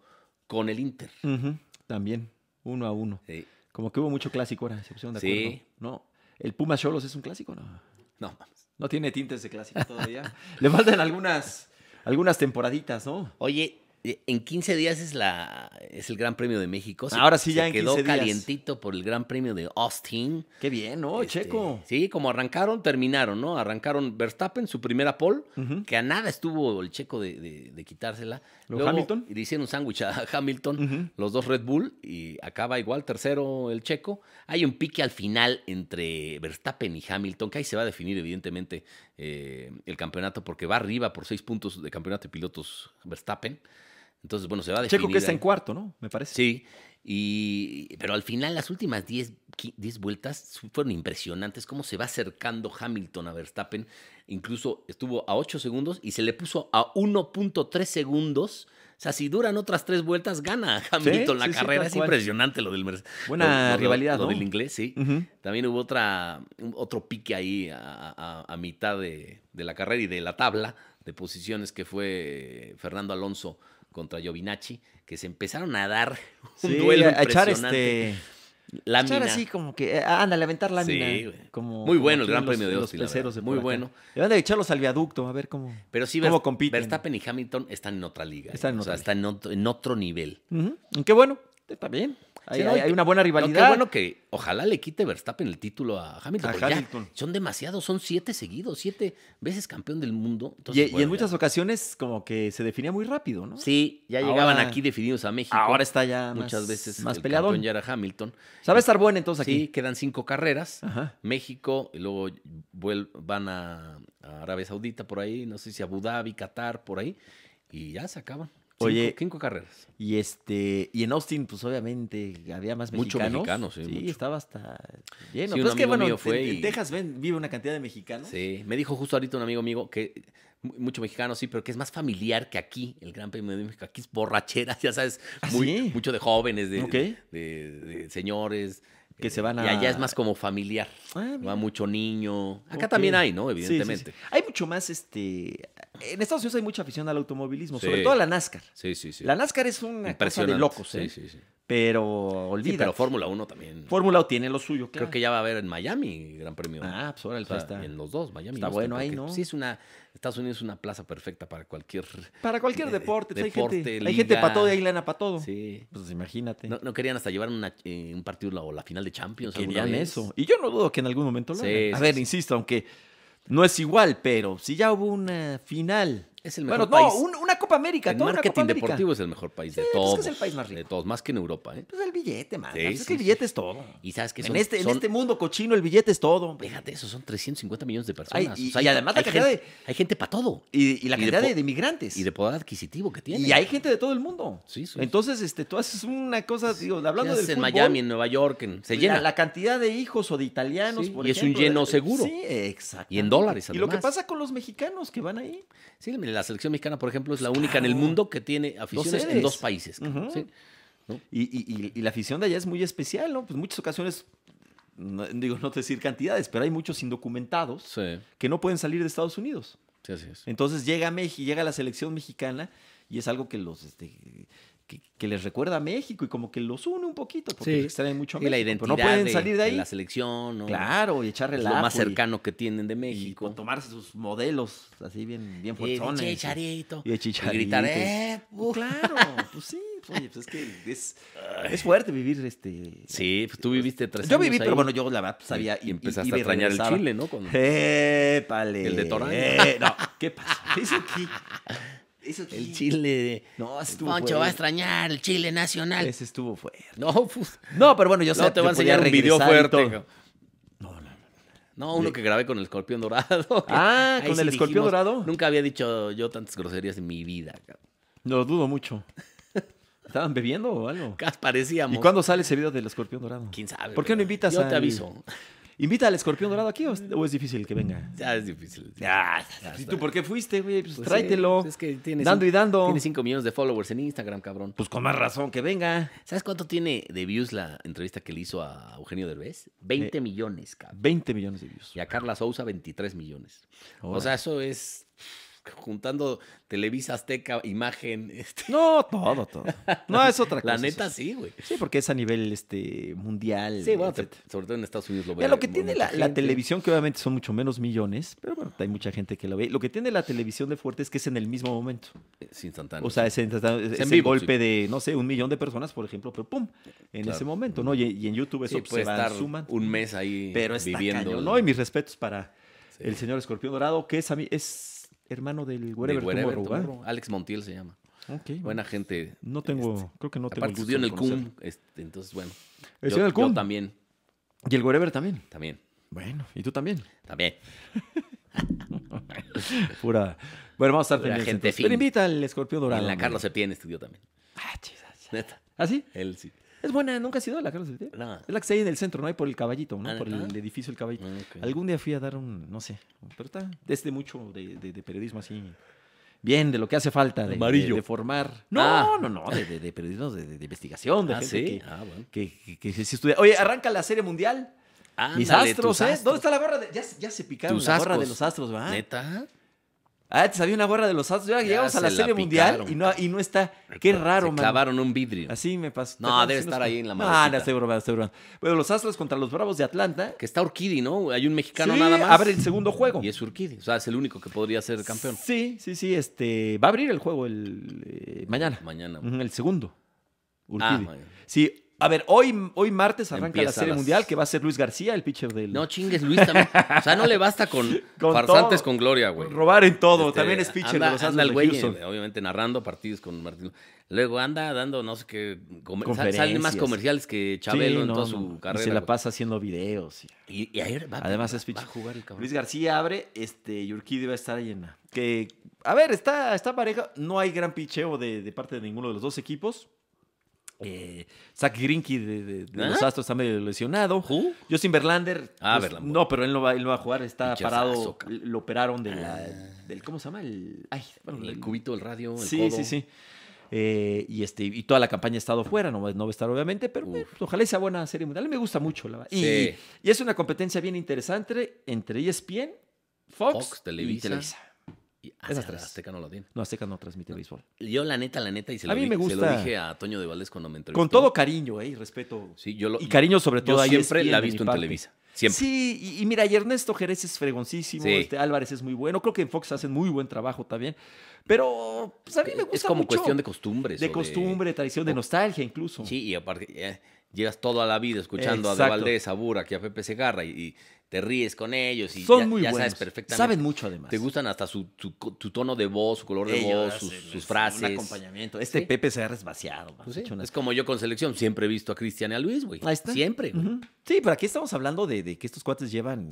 Speaker 2: con el Inter.
Speaker 1: Ujú, También, uno a uno.
Speaker 2: Sí.
Speaker 1: Como que hubo mucho clásico ahora, se pusieron de
Speaker 2: Sí.
Speaker 1: acuerdo. No, el Puma Cholos es un clásico, ¿no?
Speaker 2: No, mames.
Speaker 1: No *laughs* tiene tintes de clásico todavía. Le faltan algunas, algunas temporaditas, ¿no?
Speaker 2: Oye, eh, En 15 días es, la, es el Gran Premio de México. Se-
Speaker 1: Ahora sí ya
Speaker 2: se
Speaker 1: en
Speaker 2: quedó
Speaker 1: 15 días.
Speaker 2: calientito por el Gran Premio de Austin.
Speaker 1: Qué bien, ¿no,
Speaker 2: Este,
Speaker 1: Oh, Checo?
Speaker 2: Sí, como arrancaron, terminaron, ¿no? Arrancaron Verstappen, su primera pole,
Speaker 1: Ujú.
Speaker 2: que a nada estuvo el checo de, de- de quitársela.
Speaker 1: Luego Hamilton.
Speaker 2: Le hicieron un sándwich a *laughs* Hamilton,
Speaker 1: Ujú.
Speaker 2: los dos Red Bull, y acaba igual tercero el checo. Hay un pique al final entre Verstappen y Hamilton, que ahí se va a definir evidentemente eh, el campeonato, porque va arriba por seis puntos de campeonato de pilotos Verstappen. Entonces, bueno, se va a definir.
Speaker 1: Checo que está
Speaker 2: ahí.
Speaker 1: en cuarto, ¿no? Me parece.
Speaker 2: ¿eh? Sí, y, pero al final las últimas 10 qui- 10 vueltas su- fueron impresionantes, cómo se va acercando Hamilton a Verstappen, incluso estuvo a 8 segundos y se le puso a 1.3 segundos. O sea, si duran otras tres vueltas, gana Hamilton la
Speaker 1: sí, sí,
Speaker 2: carrera.
Speaker 1: tal
Speaker 2: es
Speaker 1: cual.
Speaker 2: impresionante lo del Mercedes.
Speaker 1: Buena rivalidad,
Speaker 2: Lo
Speaker 1: ¿no?
Speaker 2: del inglés, sí.
Speaker 1: Ujú.
Speaker 2: También hubo otra, un- otro pique ahí a, a- a mitad de, de la carrera y de la tabla de posiciones que fue Fernando Alonso contra Giovinacci, que se empezaron a dar un
Speaker 1: Sí,
Speaker 2: duelo
Speaker 1: a echar
Speaker 2: impresionante.
Speaker 1: este.
Speaker 2: Lámina.
Speaker 1: Echar así como que, eh, ándale, aventar lámina.
Speaker 2: Sí, güey.
Speaker 1: como,
Speaker 2: Muy
Speaker 1: como
Speaker 2: bueno el
Speaker 1: aquí
Speaker 2: Gran
Speaker 1: en los-
Speaker 2: Premio de
Speaker 1: en
Speaker 2: Austin, la
Speaker 1: Los
Speaker 2: verdad.
Speaker 1: peceros de por
Speaker 2: Muy
Speaker 1: acá.
Speaker 2: bueno.
Speaker 1: Le van a echarlos al viaducto, a ver cómo.
Speaker 2: Pero sí,
Speaker 1: ¿Cómo
Speaker 2: Verst-
Speaker 1: compiten?
Speaker 2: Verstappen y Hamilton están en otra liga.
Speaker 1: Están en
Speaker 2: ¿no? o sea,
Speaker 1: otra liga.
Speaker 2: están en otro, en otro nivel.
Speaker 1: Ujú. Qué bueno, está bien. Hay,
Speaker 2: Sí, ¿no?
Speaker 1: hay-
Speaker 2: Y-
Speaker 1: hay una buena
Speaker 2: Pero
Speaker 1: rivalidad.
Speaker 2: Qué bueno que ojalá le quite Verstappen el título a Hamilton.
Speaker 1: A
Speaker 2: porque ya
Speaker 1: Hamilton.
Speaker 2: son demasiados, son siete seguidos, siete veces campeón del mundo.
Speaker 1: Y-
Speaker 2: Entonces,
Speaker 1: y, en
Speaker 2: bueno, ya.
Speaker 1: muchas ocasiones como que se definía muy rápido, ¿no?
Speaker 2: Sí, ya
Speaker 1: Ahora-
Speaker 2: llegaban aquí definidos a México.
Speaker 1: Ahora está ya más,
Speaker 2: muchas veces
Speaker 1: más
Speaker 2: el
Speaker 1: peleado.
Speaker 2: campeón ya era Hamilton.
Speaker 1: Sabe estar bueno entonces
Speaker 2: Sí,
Speaker 1: aquí.
Speaker 2: quedan cinco carreras.
Speaker 1: Ajá.
Speaker 2: México, y luego vuel- van a, a Arabia Saudita por ahí, no sé si Abu Dhabi, Qatar, por ahí, y ya se acaban. Cinco-
Speaker 1: Oye,
Speaker 2: cinco carreras.
Speaker 1: Y este, y en Austin, pues obviamente había más
Speaker 2: Mucho
Speaker 1: mexicanos.
Speaker 2: mexicano, sí, mucho.
Speaker 1: estaba hasta lleno. Pero
Speaker 2: Sí, un
Speaker 1: es que
Speaker 2: amigo
Speaker 1: bueno,
Speaker 2: mío
Speaker 1: en-
Speaker 2: fue
Speaker 1: en, en
Speaker 2: y-
Speaker 1: Texas ven, vive una cantidad de mexicanos.
Speaker 2: Sí, me dijo justo ahorita un amigo mío que mu- mucho mexicano, sí, pero que es más familiar que aquí, el Gran Premio de México. Aquí es borrachera, *laughs* ya sabes,
Speaker 1: ¿Ah,
Speaker 2: muy-
Speaker 1: sí?
Speaker 2: mucho de jóvenes, de,
Speaker 1: Ok.
Speaker 2: de- de señores.
Speaker 1: Que
Speaker 2: eh,
Speaker 1: se van
Speaker 2: Y allá
Speaker 1: a-
Speaker 2: es más como familiar.
Speaker 1: Ah,
Speaker 2: Va
Speaker 1: mira.
Speaker 2: mucho niño. Acá
Speaker 1: Ok.
Speaker 2: también hay, ¿no?
Speaker 1: Sí, sí, sí.
Speaker 2: Evidentemente.
Speaker 1: Hay mucho más, este. En Estados Unidos hay mucha afición al automovilismo,
Speaker 2: Sí.
Speaker 1: sobre todo a la NASCAR.
Speaker 2: Sí, sí, sí.
Speaker 1: La NASCAR es una cosa
Speaker 2: Impresionante.
Speaker 1: de locos, ¿eh?
Speaker 2: Sí, sí, sí. Sí,
Speaker 1: Pero olvídate.
Speaker 2: pero Fórmula 1 también.
Speaker 1: Fórmula O tiene lo suyo,
Speaker 2: Creo que ya va a haber en Miami Gran Premio.
Speaker 1: Ah, pues ahora
Speaker 2: O
Speaker 1: el
Speaker 2: sea,
Speaker 1: está.
Speaker 2: En los dos, Miami. y
Speaker 1: Está
Speaker 2: Houston,
Speaker 1: bueno ahí,
Speaker 2: porque,
Speaker 1: ¿no?
Speaker 2: pues, Sí, es una. Estados Unidos es una plaza perfecta para cualquier.
Speaker 1: Para cualquier
Speaker 2: eh,
Speaker 1: deporte, pues,
Speaker 2: deporte,
Speaker 1: hay gente, hay
Speaker 2: liga.
Speaker 1: gente para todo y hay lana para todo.
Speaker 2: Sí.
Speaker 1: Pues imagínate.
Speaker 2: No, no querían hasta llevar una, eh, un partido la- o la final de Champions. alguna
Speaker 1: Querían
Speaker 2: vez.
Speaker 1: eso. Y yo no dudo que en algún momento lo
Speaker 2: Sí,
Speaker 1: hagan. A
Speaker 2: sí,
Speaker 1: ver,
Speaker 2: sí.
Speaker 1: insisto, aunque no es igual, pero si ya hubo una final.
Speaker 2: Es el
Speaker 1: Bueno,
Speaker 2: mejor
Speaker 1: no,
Speaker 2: país.
Speaker 1: un- una Copa América,
Speaker 2: en
Speaker 1: toda una Copa
Speaker 2: marketing
Speaker 1: América.
Speaker 2: deportivo es el mejor país de
Speaker 1: Sí, pues,
Speaker 2: todos.
Speaker 1: es que es el país más rico.
Speaker 2: De todos, más que en Europa, ¿eh?
Speaker 1: Pues el billete, man.
Speaker 2: Sí,
Speaker 1: Pues es
Speaker 2: sí,
Speaker 1: que el
Speaker 2: sí.
Speaker 1: billete es todo.
Speaker 2: Y sabes que
Speaker 1: En
Speaker 2: son-
Speaker 1: este,
Speaker 2: son-
Speaker 1: en este mundo cochino el billete es todo. hombre.
Speaker 2: Fíjate, esos son 350 millones de personas.
Speaker 1: Ay, y-
Speaker 2: O sea,
Speaker 1: y además la cantidad
Speaker 2: gente, hay gente para todo.
Speaker 1: Y, y la
Speaker 2: Y de
Speaker 1: cantidad de,
Speaker 2: po-
Speaker 1: de migrantes.
Speaker 2: Y de poder adquisitivo que tienen.
Speaker 1: Y hay gente de todo el mundo.
Speaker 2: Sí, sí.
Speaker 1: Entonces, este, tú haces una cosa, digo, hablando
Speaker 2: Hablando
Speaker 1: del
Speaker 2: en
Speaker 1: fútbol,
Speaker 2: Miami, en Nueva York, en- se
Speaker 1: la-
Speaker 2: llena.
Speaker 1: La, cantidad de hijos o de italianos,
Speaker 2: Sí,
Speaker 1: por
Speaker 2: y es un
Speaker 1: ejemplo, de-
Speaker 2: lleno seguro.
Speaker 1: Sí, exacto.
Speaker 2: Y en dólares,
Speaker 1: Y lo que
Speaker 2: además.
Speaker 1: pasa con los mexicanos que van ahí.
Speaker 2: Sí, mira, la selección mexicana, por ejemplo, es la única en el
Speaker 1: Claro.
Speaker 2: mundo que tiene aficiones en
Speaker 1: sedes.
Speaker 2: dos países. cabrón,
Speaker 1: Ujú.
Speaker 2: sí.
Speaker 1: Y, y- y- y la afición de allá es muy especial, ¿no? Pues muchas ocasiones, no- digo, no te decir cantidades, pero hay muchos indocumentados
Speaker 2: Sí,
Speaker 1: que no pueden salir de Estados Unidos.
Speaker 2: sí, así es.
Speaker 1: Entonces llega a México, llega la selección mexicana y es algo que los este, que, que les recuerda a México y como que los une un poquito porque
Speaker 2: Sí.
Speaker 1: les extraen mucho a
Speaker 2: Y la
Speaker 1: México.
Speaker 2: identidad
Speaker 1: pero no pueden
Speaker 2: de,
Speaker 1: salir de ahí.
Speaker 2: la selección, ¿no?
Speaker 1: Claro, y echar
Speaker 2: Es
Speaker 1: relajo.
Speaker 2: lo más
Speaker 1: y-
Speaker 2: cercano que tienen de
Speaker 1: y
Speaker 2: México.
Speaker 1: con tomarse sus modelos así bien, bien
Speaker 2: Y de
Speaker 1: fuerzones.
Speaker 2: chicharito.
Speaker 1: Y de chicharito.
Speaker 2: Y gritar, ¡eh!
Speaker 1: Pues claro, pues sí, pues, oye, pues es que es, es fuerte vivir este.
Speaker 2: Sí, pues tú viviste tres
Speaker 1: yo
Speaker 2: años
Speaker 1: viví,
Speaker 2: ahí.
Speaker 1: pero bueno, yo la verdad pues, sabía
Speaker 2: Y empezaste
Speaker 1: iba
Speaker 2: a extrañar el
Speaker 1: regresaba.
Speaker 2: chile, ¿no? Cuando-
Speaker 1: ¡Épale!
Speaker 2: El de Torán.
Speaker 1: Eh, no, ¿qué pasa?
Speaker 2: *laughs*
Speaker 1: Eso aquí. Eso aquí.
Speaker 2: El chile.
Speaker 1: No, ese estuvo
Speaker 2: Poncho va a
Speaker 1: fuerte.
Speaker 2: extrañar el chile nacional.
Speaker 1: Ese estuvo fuerte.
Speaker 2: No, pues.
Speaker 1: No, pero bueno, yo sé
Speaker 2: No, te va a
Speaker 1: podía
Speaker 2: enseñar un video
Speaker 1: regresar y
Speaker 2: fuerte.
Speaker 1: todo.
Speaker 2: cabrón.
Speaker 1: No, no, no.
Speaker 2: No, uno
Speaker 1: De-
Speaker 2: que grabé con el escorpión dorado.
Speaker 1: *laughs* Ah,
Speaker 2: Ahí
Speaker 1: ¿con el escorpión dorado?
Speaker 2: Nunca había dicho yo tantas groserías en mi vida. cabrón.
Speaker 1: Lo dudo mucho. *laughs* ¿Estaban bebiendo o algo?
Speaker 2: Casi parecíamos.
Speaker 1: ¿Y cuándo sale ese video del escorpión dorado?
Speaker 2: ¿Quién sabe?
Speaker 1: ¿Por qué no
Speaker 2: pero
Speaker 1: invitas
Speaker 2: Yo
Speaker 1: al-
Speaker 2: te aviso. *laughs*
Speaker 1: ¿Invita al escorpión dorado aquí o es, o es difícil que venga?
Speaker 2: Ya es difícil.
Speaker 1: Ah,
Speaker 2: ya
Speaker 1: ¿Y
Speaker 2: está.
Speaker 1: tú por qué fuiste, güey? Pues,
Speaker 2: Pues sí,
Speaker 1: tráetelo.
Speaker 2: pues es que tiene
Speaker 1: dando
Speaker 2: cinco-
Speaker 1: y dando.
Speaker 2: Tiene 5 millones de followers en Instagram, cabrón.
Speaker 1: Pues con más razón que venga.
Speaker 2: ¿Sabes cuánto tiene de views la entrevista que le hizo a Eugenio Derbez? 20
Speaker 1: Eh.
Speaker 2: millones, cabrón.
Speaker 1: 20 millones de views.
Speaker 2: Y a Carla Sousa, 23 millones. O
Speaker 1: Órale.
Speaker 2: sea, eso es juntando Televisa Azteca, imagen. *laughs* este,
Speaker 1: No, todo, todo. No, es otra cosa.
Speaker 2: *laughs* la neta,
Speaker 1: eso.
Speaker 2: sí, güey.
Speaker 1: Sí, porque es a nivel este, mundial.
Speaker 2: Sí, bueno,
Speaker 1: etcétera.
Speaker 2: te- sobre todo en Estados Unidos lo ve.
Speaker 1: Mira, lo que
Speaker 2: mu-
Speaker 1: tiene
Speaker 2: mucha
Speaker 1: la, la
Speaker 2: gente.
Speaker 1: televisión, que obviamente son mucho menos millones, pero bueno, hay mucha gente que la ve. Lo que tiene la televisión de fuerte es que es en el mismo momento.
Speaker 2: Es instantáneo.
Speaker 1: O sea, es, en- es el
Speaker 2: vivo,
Speaker 1: golpe de, no sé, un millón de personas, por ejemplo, pero pum, en
Speaker 2: Claro.
Speaker 1: ese momento, ¿no? Y, y en YouTube eso
Speaker 2: Sí,
Speaker 1: pues,
Speaker 2: puede
Speaker 1: se va
Speaker 2: estar
Speaker 1: sumando.
Speaker 2: un mes ahí
Speaker 1: Pero está
Speaker 2: viviendo.
Speaker 1: cañón,
Speaker 2: el-
Speaker 1: ¿no? Y mis respetos para
Speaker 2: Sí.
Speaker 1: el señor Escorpión Dorado, que es a mí, es hermano del
Speaker 2: de
Speaker 1: Wherever
Speaker 2: Wherever
Speaker 1: Tomorrow, ¿va?
Speaker 2: Tomorrow. Alex Montiel se llama.
Speaker 1: Ok,
Speaker 2: Buena gente.
Speaker 1: No tengo,
Speaker 2: Este,
Speaker 1: creo que no tengo gusto
Speaker 2: Aparte estudió en
Speaker 1: de
Speaker 2: el
Speaker 1: conocerlo.
Speaker 2: CUM. este, entonces, bueno.
Speaker 1: Estudió
Speaker 2: Yo,
Speaker 1: en el
Speaker 2: yo
Speaker 1: CUM.
Speaker 2: también.
Speaker 1: Y el Wherever también.
Speaker 2: También.
Speaker 1: Bueno, y tú
Speaker 2: *laughs*
Speaker 1: también.
Speaker 2: También.
Speaker 1: Pura. Bueno, vamos a estar
Speaker 2: Pura
Speaker 1: pendientes.
Speaker 2: gente
Speaker 1: entonces.
Speaker 2: fin.
Speaker 1: Pero invita al Escorpión Dorado.
Speaker 2: en la
Speaker 1: hombre.
Speaker 2: Carlos Septién estudió también. *laughs*
Speaker 1: Ah, chisas.
Speaker 2: Neta.
Speaker 1: ¿Ah, sí?
Speaker 2: Él sí.
Speaker 1: Es buena, nunca ha sido a la Carlos Septién?
Speaker 2: No.
Speaker 1: Es la que está ahí en el centro, ¿no? Ahí por el caballito, ¿no?
Speaker 2: Ah,
Speaker 1: por
Speaker 2: ¿neta?
Speaker 1: el edificio del caballito.
Speaker 2: Ah, ok.
Speaker 1: Algún día fui a dar un, no sé, pero está desde mucho de, de- de periodismo así. Bien, de lo que hace falta, de,
Speaker 2: Amarillo.
Speaker 1: de- de formar. No,
Speaker 2: Ah.
Speaker 1: no, no, de, de- de periodismo, de, de- de investigación, de
Speaker 2: Ah,
Speaker 1: gente
Speaker 2: sí.
Speaker 1: que,
Speaker 2: Ah, bueno.
Speaker 1: que, que- que sí estudia. Oye, arranca la serie mundial. Mis
Speaker 2: Ándale,
Speaker 1: astros,
Speaker 2: tus
Speaker 1: ¿eh?
Speaker 2: astros.
Speaker 1: ¿Dónde está la gorra? de- ya, ya se picaron
Speaker 2: Tus
Speaker 1: la gorra de
Speaker 2: ascos.
Speaker 1: los astros, ¿verdad?
Speaker 2: Neta.
Speaker 1: Ah, antes había una gorra de los astros. Ya,
Speaker 2: Ya
Speaker 1: llegamos a la
Speaker 2: se la
Speaker 1: serie mundial
Speaker 2: picaron,
Speaker 1: y no, y no está. Qué raro,
Speaker 2: Se
Speaker 1: man.
Speaker 2: clavaron un vidrio.
Speaker 1: Así me pasó.
Speaker 2: No,
Speaker 1: Ajá,
Speaker 2: debe
Speaker 1: sí nos
Speaker 2: estar
Speaker 1: pa-
Speaker 2: ahí en la
Speaker 1: Ah,
Speaker 2: maletita.
Speaker 1: no, estoy bromando, estoy bromando. Bueno, los Astros contra los Bravos de Atlanta.
Speaker 2: Que está Urquidi, ¿no? Hay un mexicano
Speaker 1: Sí,
Speaker 2: nada más.
Speaker 1: Abre el segundo juego.
Speaker 2: Y es Urquidi. O sea, es el único que podría ser campeón.
Speaker 1: Sí, sí, sí. Este, va a abrir el juego el eh, mañana.
Speaker 2: Mañana.
Speaker 1: Ujú, El segundo.
Speaker 2: Ah,
Speaker 1: Urquidi.
Speaker 2: mañana.
Speaker 1: sí. A ver, hoy, hoy martes arranca la
Speaker 2: Empieza
Speaker 1: Serie
Speaker 2: las-
Speaker 1: Mundial que va a ser Luis García, el pitcher del...
Speaker 2: No chingues, Luis también. O sea, no le basta con,
Speaker 1: *laughs* Con
Speaker 2: farsantes
Speaker 1: todo.
Speaker 2: con gloria, güey.
Speaker 1: robar en todo.
Speaker 2: Este,
Speaker 1: También es pitcher
Speaker 2: anda-
Speaker 1: de los Astros
Speaker 2: anda el
Speaker 1: de
Speaker 2: güey,
Speaker 1: Houston.
Speaker 2: eh, obviamente narrando partidos con Martín. Luego anda dando, no sé qué. comer- sal- Salen más
Speaker 1: Conferencias.
Speaker 2: comerciales que Chabelo
Speaker 1: Sí,
Speaker 2: en
Speaker 1: no,
Speaker 2: toda
Speaker 1: no,
Speaker 2: su
Speaker 1: y
Speaker 2: carrera.
Speaker 1: se la
Speaker 2: güey.
Speaker 1: pasa haciendo videos. y-
Speaker 2: Y, y ayer va,
Speaker 1: Además
Speaker 2: va-
Speaker 1: es pitcher.
Speaker 2: va a jugar el cabrón.
Speaker 1: Luis García abre, este, y Urquidi va a estar llena. Que, a ver, está, está pareja. No hay gran picheo de, de parte de ninguno de los dos equipos. Eh, Zach Grinky de, de- de los
Speaker 2: ¿Ah?
Speaker 1: Astros está medio lesionado.
Speaker 2: ¿Who?
Speaker 1: Justin Verlander.
Speaker 2: Ah,
Speaker 1: pues,
Speaker 2: Verlander.
Speaker 1: no, pero él no va, él no va a jugar. Está
Speaker 2: Pinchazo,
Speaker 1: parado.
Speaker 2: cabrón.
Speaker 1: Lo operaron de la, del. ¿Cómo se llama? El. Ay, bueno,
Speaker 2: Ah. El
Speaker 1: del-
Speaker 2: cubito, el radio, el
Speaker 1: Sí,
Speaker 2: codo.
Speaker 1: sí, sí. Eh, y, este, y toda la campaña ha estado fuera, no, va- no va a estar obviamente, pero
Speaker 2: Uf.
Speaker 1: bueno, ojalá y sea buena serie mundial. A mí me gusta mucho. La, y,
Speaker 2: Sí.
Speaker 1: y es una competencia bien interesante entre E ESPN, Fox,
Speaker 2: Fox,
Speaker 1: Televisa.
Speaker 2: Televisa.
Speaker 1: y Televisa.
Speaker 2: Y,
Speaker 1: Esas
Speaker 2: Esas
Speaker 1: tres.
Speaker 2: tres. Azteca no lo tiene.
Speaker 1: No, Azteca no transmite béisbol.
Speaker 2: Yo la neta, la neta, y se lo,
Speaker 1: A mí
Speaker 2: di-
Speaker 1: me
Speaker 2: se lo
Speaker 1: gusta.
Speaker 2: dije a Toño de Valdés cuando me entrevistó.
Speaker 1: Con todo cariño eh, y respeto.
Speaker 2: Sí, yo lo,
Speaker 1: y cariño sobre
Speaker 2: yo
Speaker 1: todo a E
Speaker 2: siempre
Speaker 1: ESPN
Speaker 2: la
Speaker 1: de
Speaker 2: he
Speaker 1: mi
Speaker 2: visto en
Speaker 1: parte.
Speaker 2: Televisa. Siempre.
Speaker 1: Sí, y, y mira, y Ernesto Jerez es fregoncísimo,
Speaker 2: Sí.
Speaker 1: este Álvarez es muy bueno, creo que en Fox hacen muy buen trabajo también, pero pues, a mí me gusta
Speaker 2: es como
Speaker 1: mucho.
Speaker 2: cuestión de costumbres. o
Speaker 1: de costumbre, de tradición, de
Speaker 2: o-
Speaker 1: nostalgia incluso.
Speaker 2: Sí, y aparte, eh, llegas toda la vida escuchando a De
Speaker 1: Exacto.
Speaker 2: Valdés, a Burak y a Pepe Segarra y, y te ríes con ellos. Y
Speaker 1: Son
Speaker 2: ya,
Speaker 1: muy
Speaker 2: ya
Speaker 1: buenos.
Speaker 2: sabes perfectamente.
Speaker 1: Saben mucho además.
Speaker 2: Te gustan hasta su, su co- tu tono de voz, su color de voz, sus, sus
Speaker 1: Un
Speaker 2: frases.
Speaker 1: acompañamiento. Este
Speaker 2: Sí.
Speaker 1: Pepe Serra es vaciado. man.
Speaker 2: Pues sí,
Speaker 1: Ha hecho unas-
Speaker 2: Es como yo con selección, siempre he visto a Cristian y a Luis, güey.
Speaker 1: Ahí está.
Speaker 2: Siempre, güey.
Speaker 1: Ujú. Sí, pero aquí estamos hablando de, de que estos cuates llevan,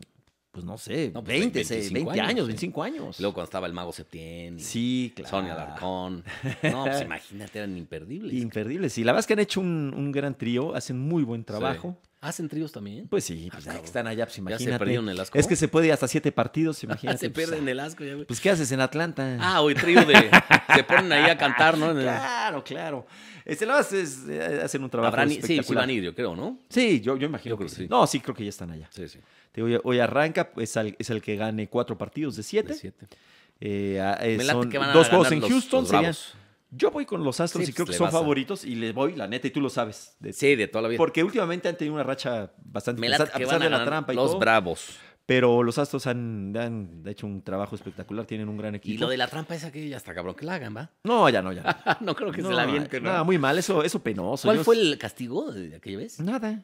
Speaker 1: pues no sé,
Speaker 2: No, pues,
Speaker 1: 20,
Speaker 2: 25
Speaker 1: 20 años,
Speaker 2: años, sí.
Speaker 1: 25 años.
Speaker 2: Y Luego cuando estaba el Mago Septién. y
Speaker 1: sí, claro.
Speaker 2: Sonia
Speaker 1: *laughs*
Speaker 2: Alarcón. No, pues imagínate, eran imperdibles.
Speaker 1: Imperdible. Sí, la verdad es que han hecho un, un gran trío, hacen muy buen trabajo.
Speaker 2: Sí. ¿Hacen tríos también?
Speaker 1: Pues sí,
Speaker 2: Ah,
Speaker 1: pues, ya
Speaker 2: cabrón.
Speaker 1: que están allá, pues
Speaker 2: ya
Speaker 1: imagínate.
Speaker 2: se perdieron el asco.
Speaker 1: Es que se puede ir hasta siete partidos,
Speaker 2: Ah,
Speaker 1: imagínate.
Speaker 2: *laughs* *laughs* se
Speaker 1: pues,
Speaker 2: pierden
Speaker 1: ah,
Speaker 2: el asco, ya, güey.
Speaker 1: Pues, ¿qué haces en Atlanta?
Speaker 2: Ah, hoy trío de. se ponen
Speaker 1: *laughs*
Speaker 2: ahí a cantar, ¿no? En el-
Speaker 1: Claro, claro. Este, nada más es- eh, hacen un trabajo
Speaker 2: Habrán- sí, sí
Speaker 1: espectacular.
Speaker 2: van a ir, yo creo, ¿no?
Speaker 1: Sí, yo, yo imagino
Speaker 2: Yo
Speaker 1: que
Speaker 2: creo que
Speaker 1: sí.
Speaker 2: sí.
Speaker 1: No, sí, creo que ya están allá.
Speaker 2: Sí, sí.
Speaker 1: Te digo, hoy arranca, pues, al- es el que gane cuatro partidos de siete.
Speaker 2: De siete.
Speaker 1: Eh, a- eh,
Speaker 2: Me late
Speaker 1: son
Speaker 2: que van a
Speaker 1: dos juegos
Speaker 2: ganar
Speaker 1: en
Speaker 2: los-
Speaker 1: Houston.
Speaker 2: los
Speaker 1: serían-
Speaker 2: Bravos.
Speaker 1: yo voy con los Astros
Speaker 2: Sí,
Speaker 1: y creo
Speaker 2: pues,
Speaker 1: que
Speaker 2: le
Speaker 1: son
Speaker 2: vas a-
Speaker 1: favoritos y les voy, la neta, y tú lo sabes. de-
Speaker 2: Sí, de toda la vida.
Speaker 1: Porque últimamente han tenido una racha bastante
Speaker 2: Me
Speaker 1: pesada,
Speaker 2: late
Speaker 1: a
Speaker 2: que
Speaker 1: pesar
Speaker 2: van a
Speaker 1: de la
Speaker 2: ganar
Speaker 1: trampa y
Speaker 2: los
Speaker 1: todo.
Speaker 2: bravos.
Speaker 1: Pero los Astros han, han hecho un trabajo espectacular, tienen un gran equipo.
Speaker 2: Y lo de la trampa esa que ya está cabrón que la hagan, ¿va? *laughs*
Speaker 1: No, ya no, ya. no.
Speaker 2: no creo que
Speaker 1: no,
Speaker 2: se la avienten,
Speaker 1: nada,
Speaker 2: ¿no?
Speaker 1: muy mal, eso, eso penoso.
Speaker 2: ¿Cuál
Speaker 1: Yo-
Speaker 2: fue el castigo de aquella vez?
Speaker 1: Nada.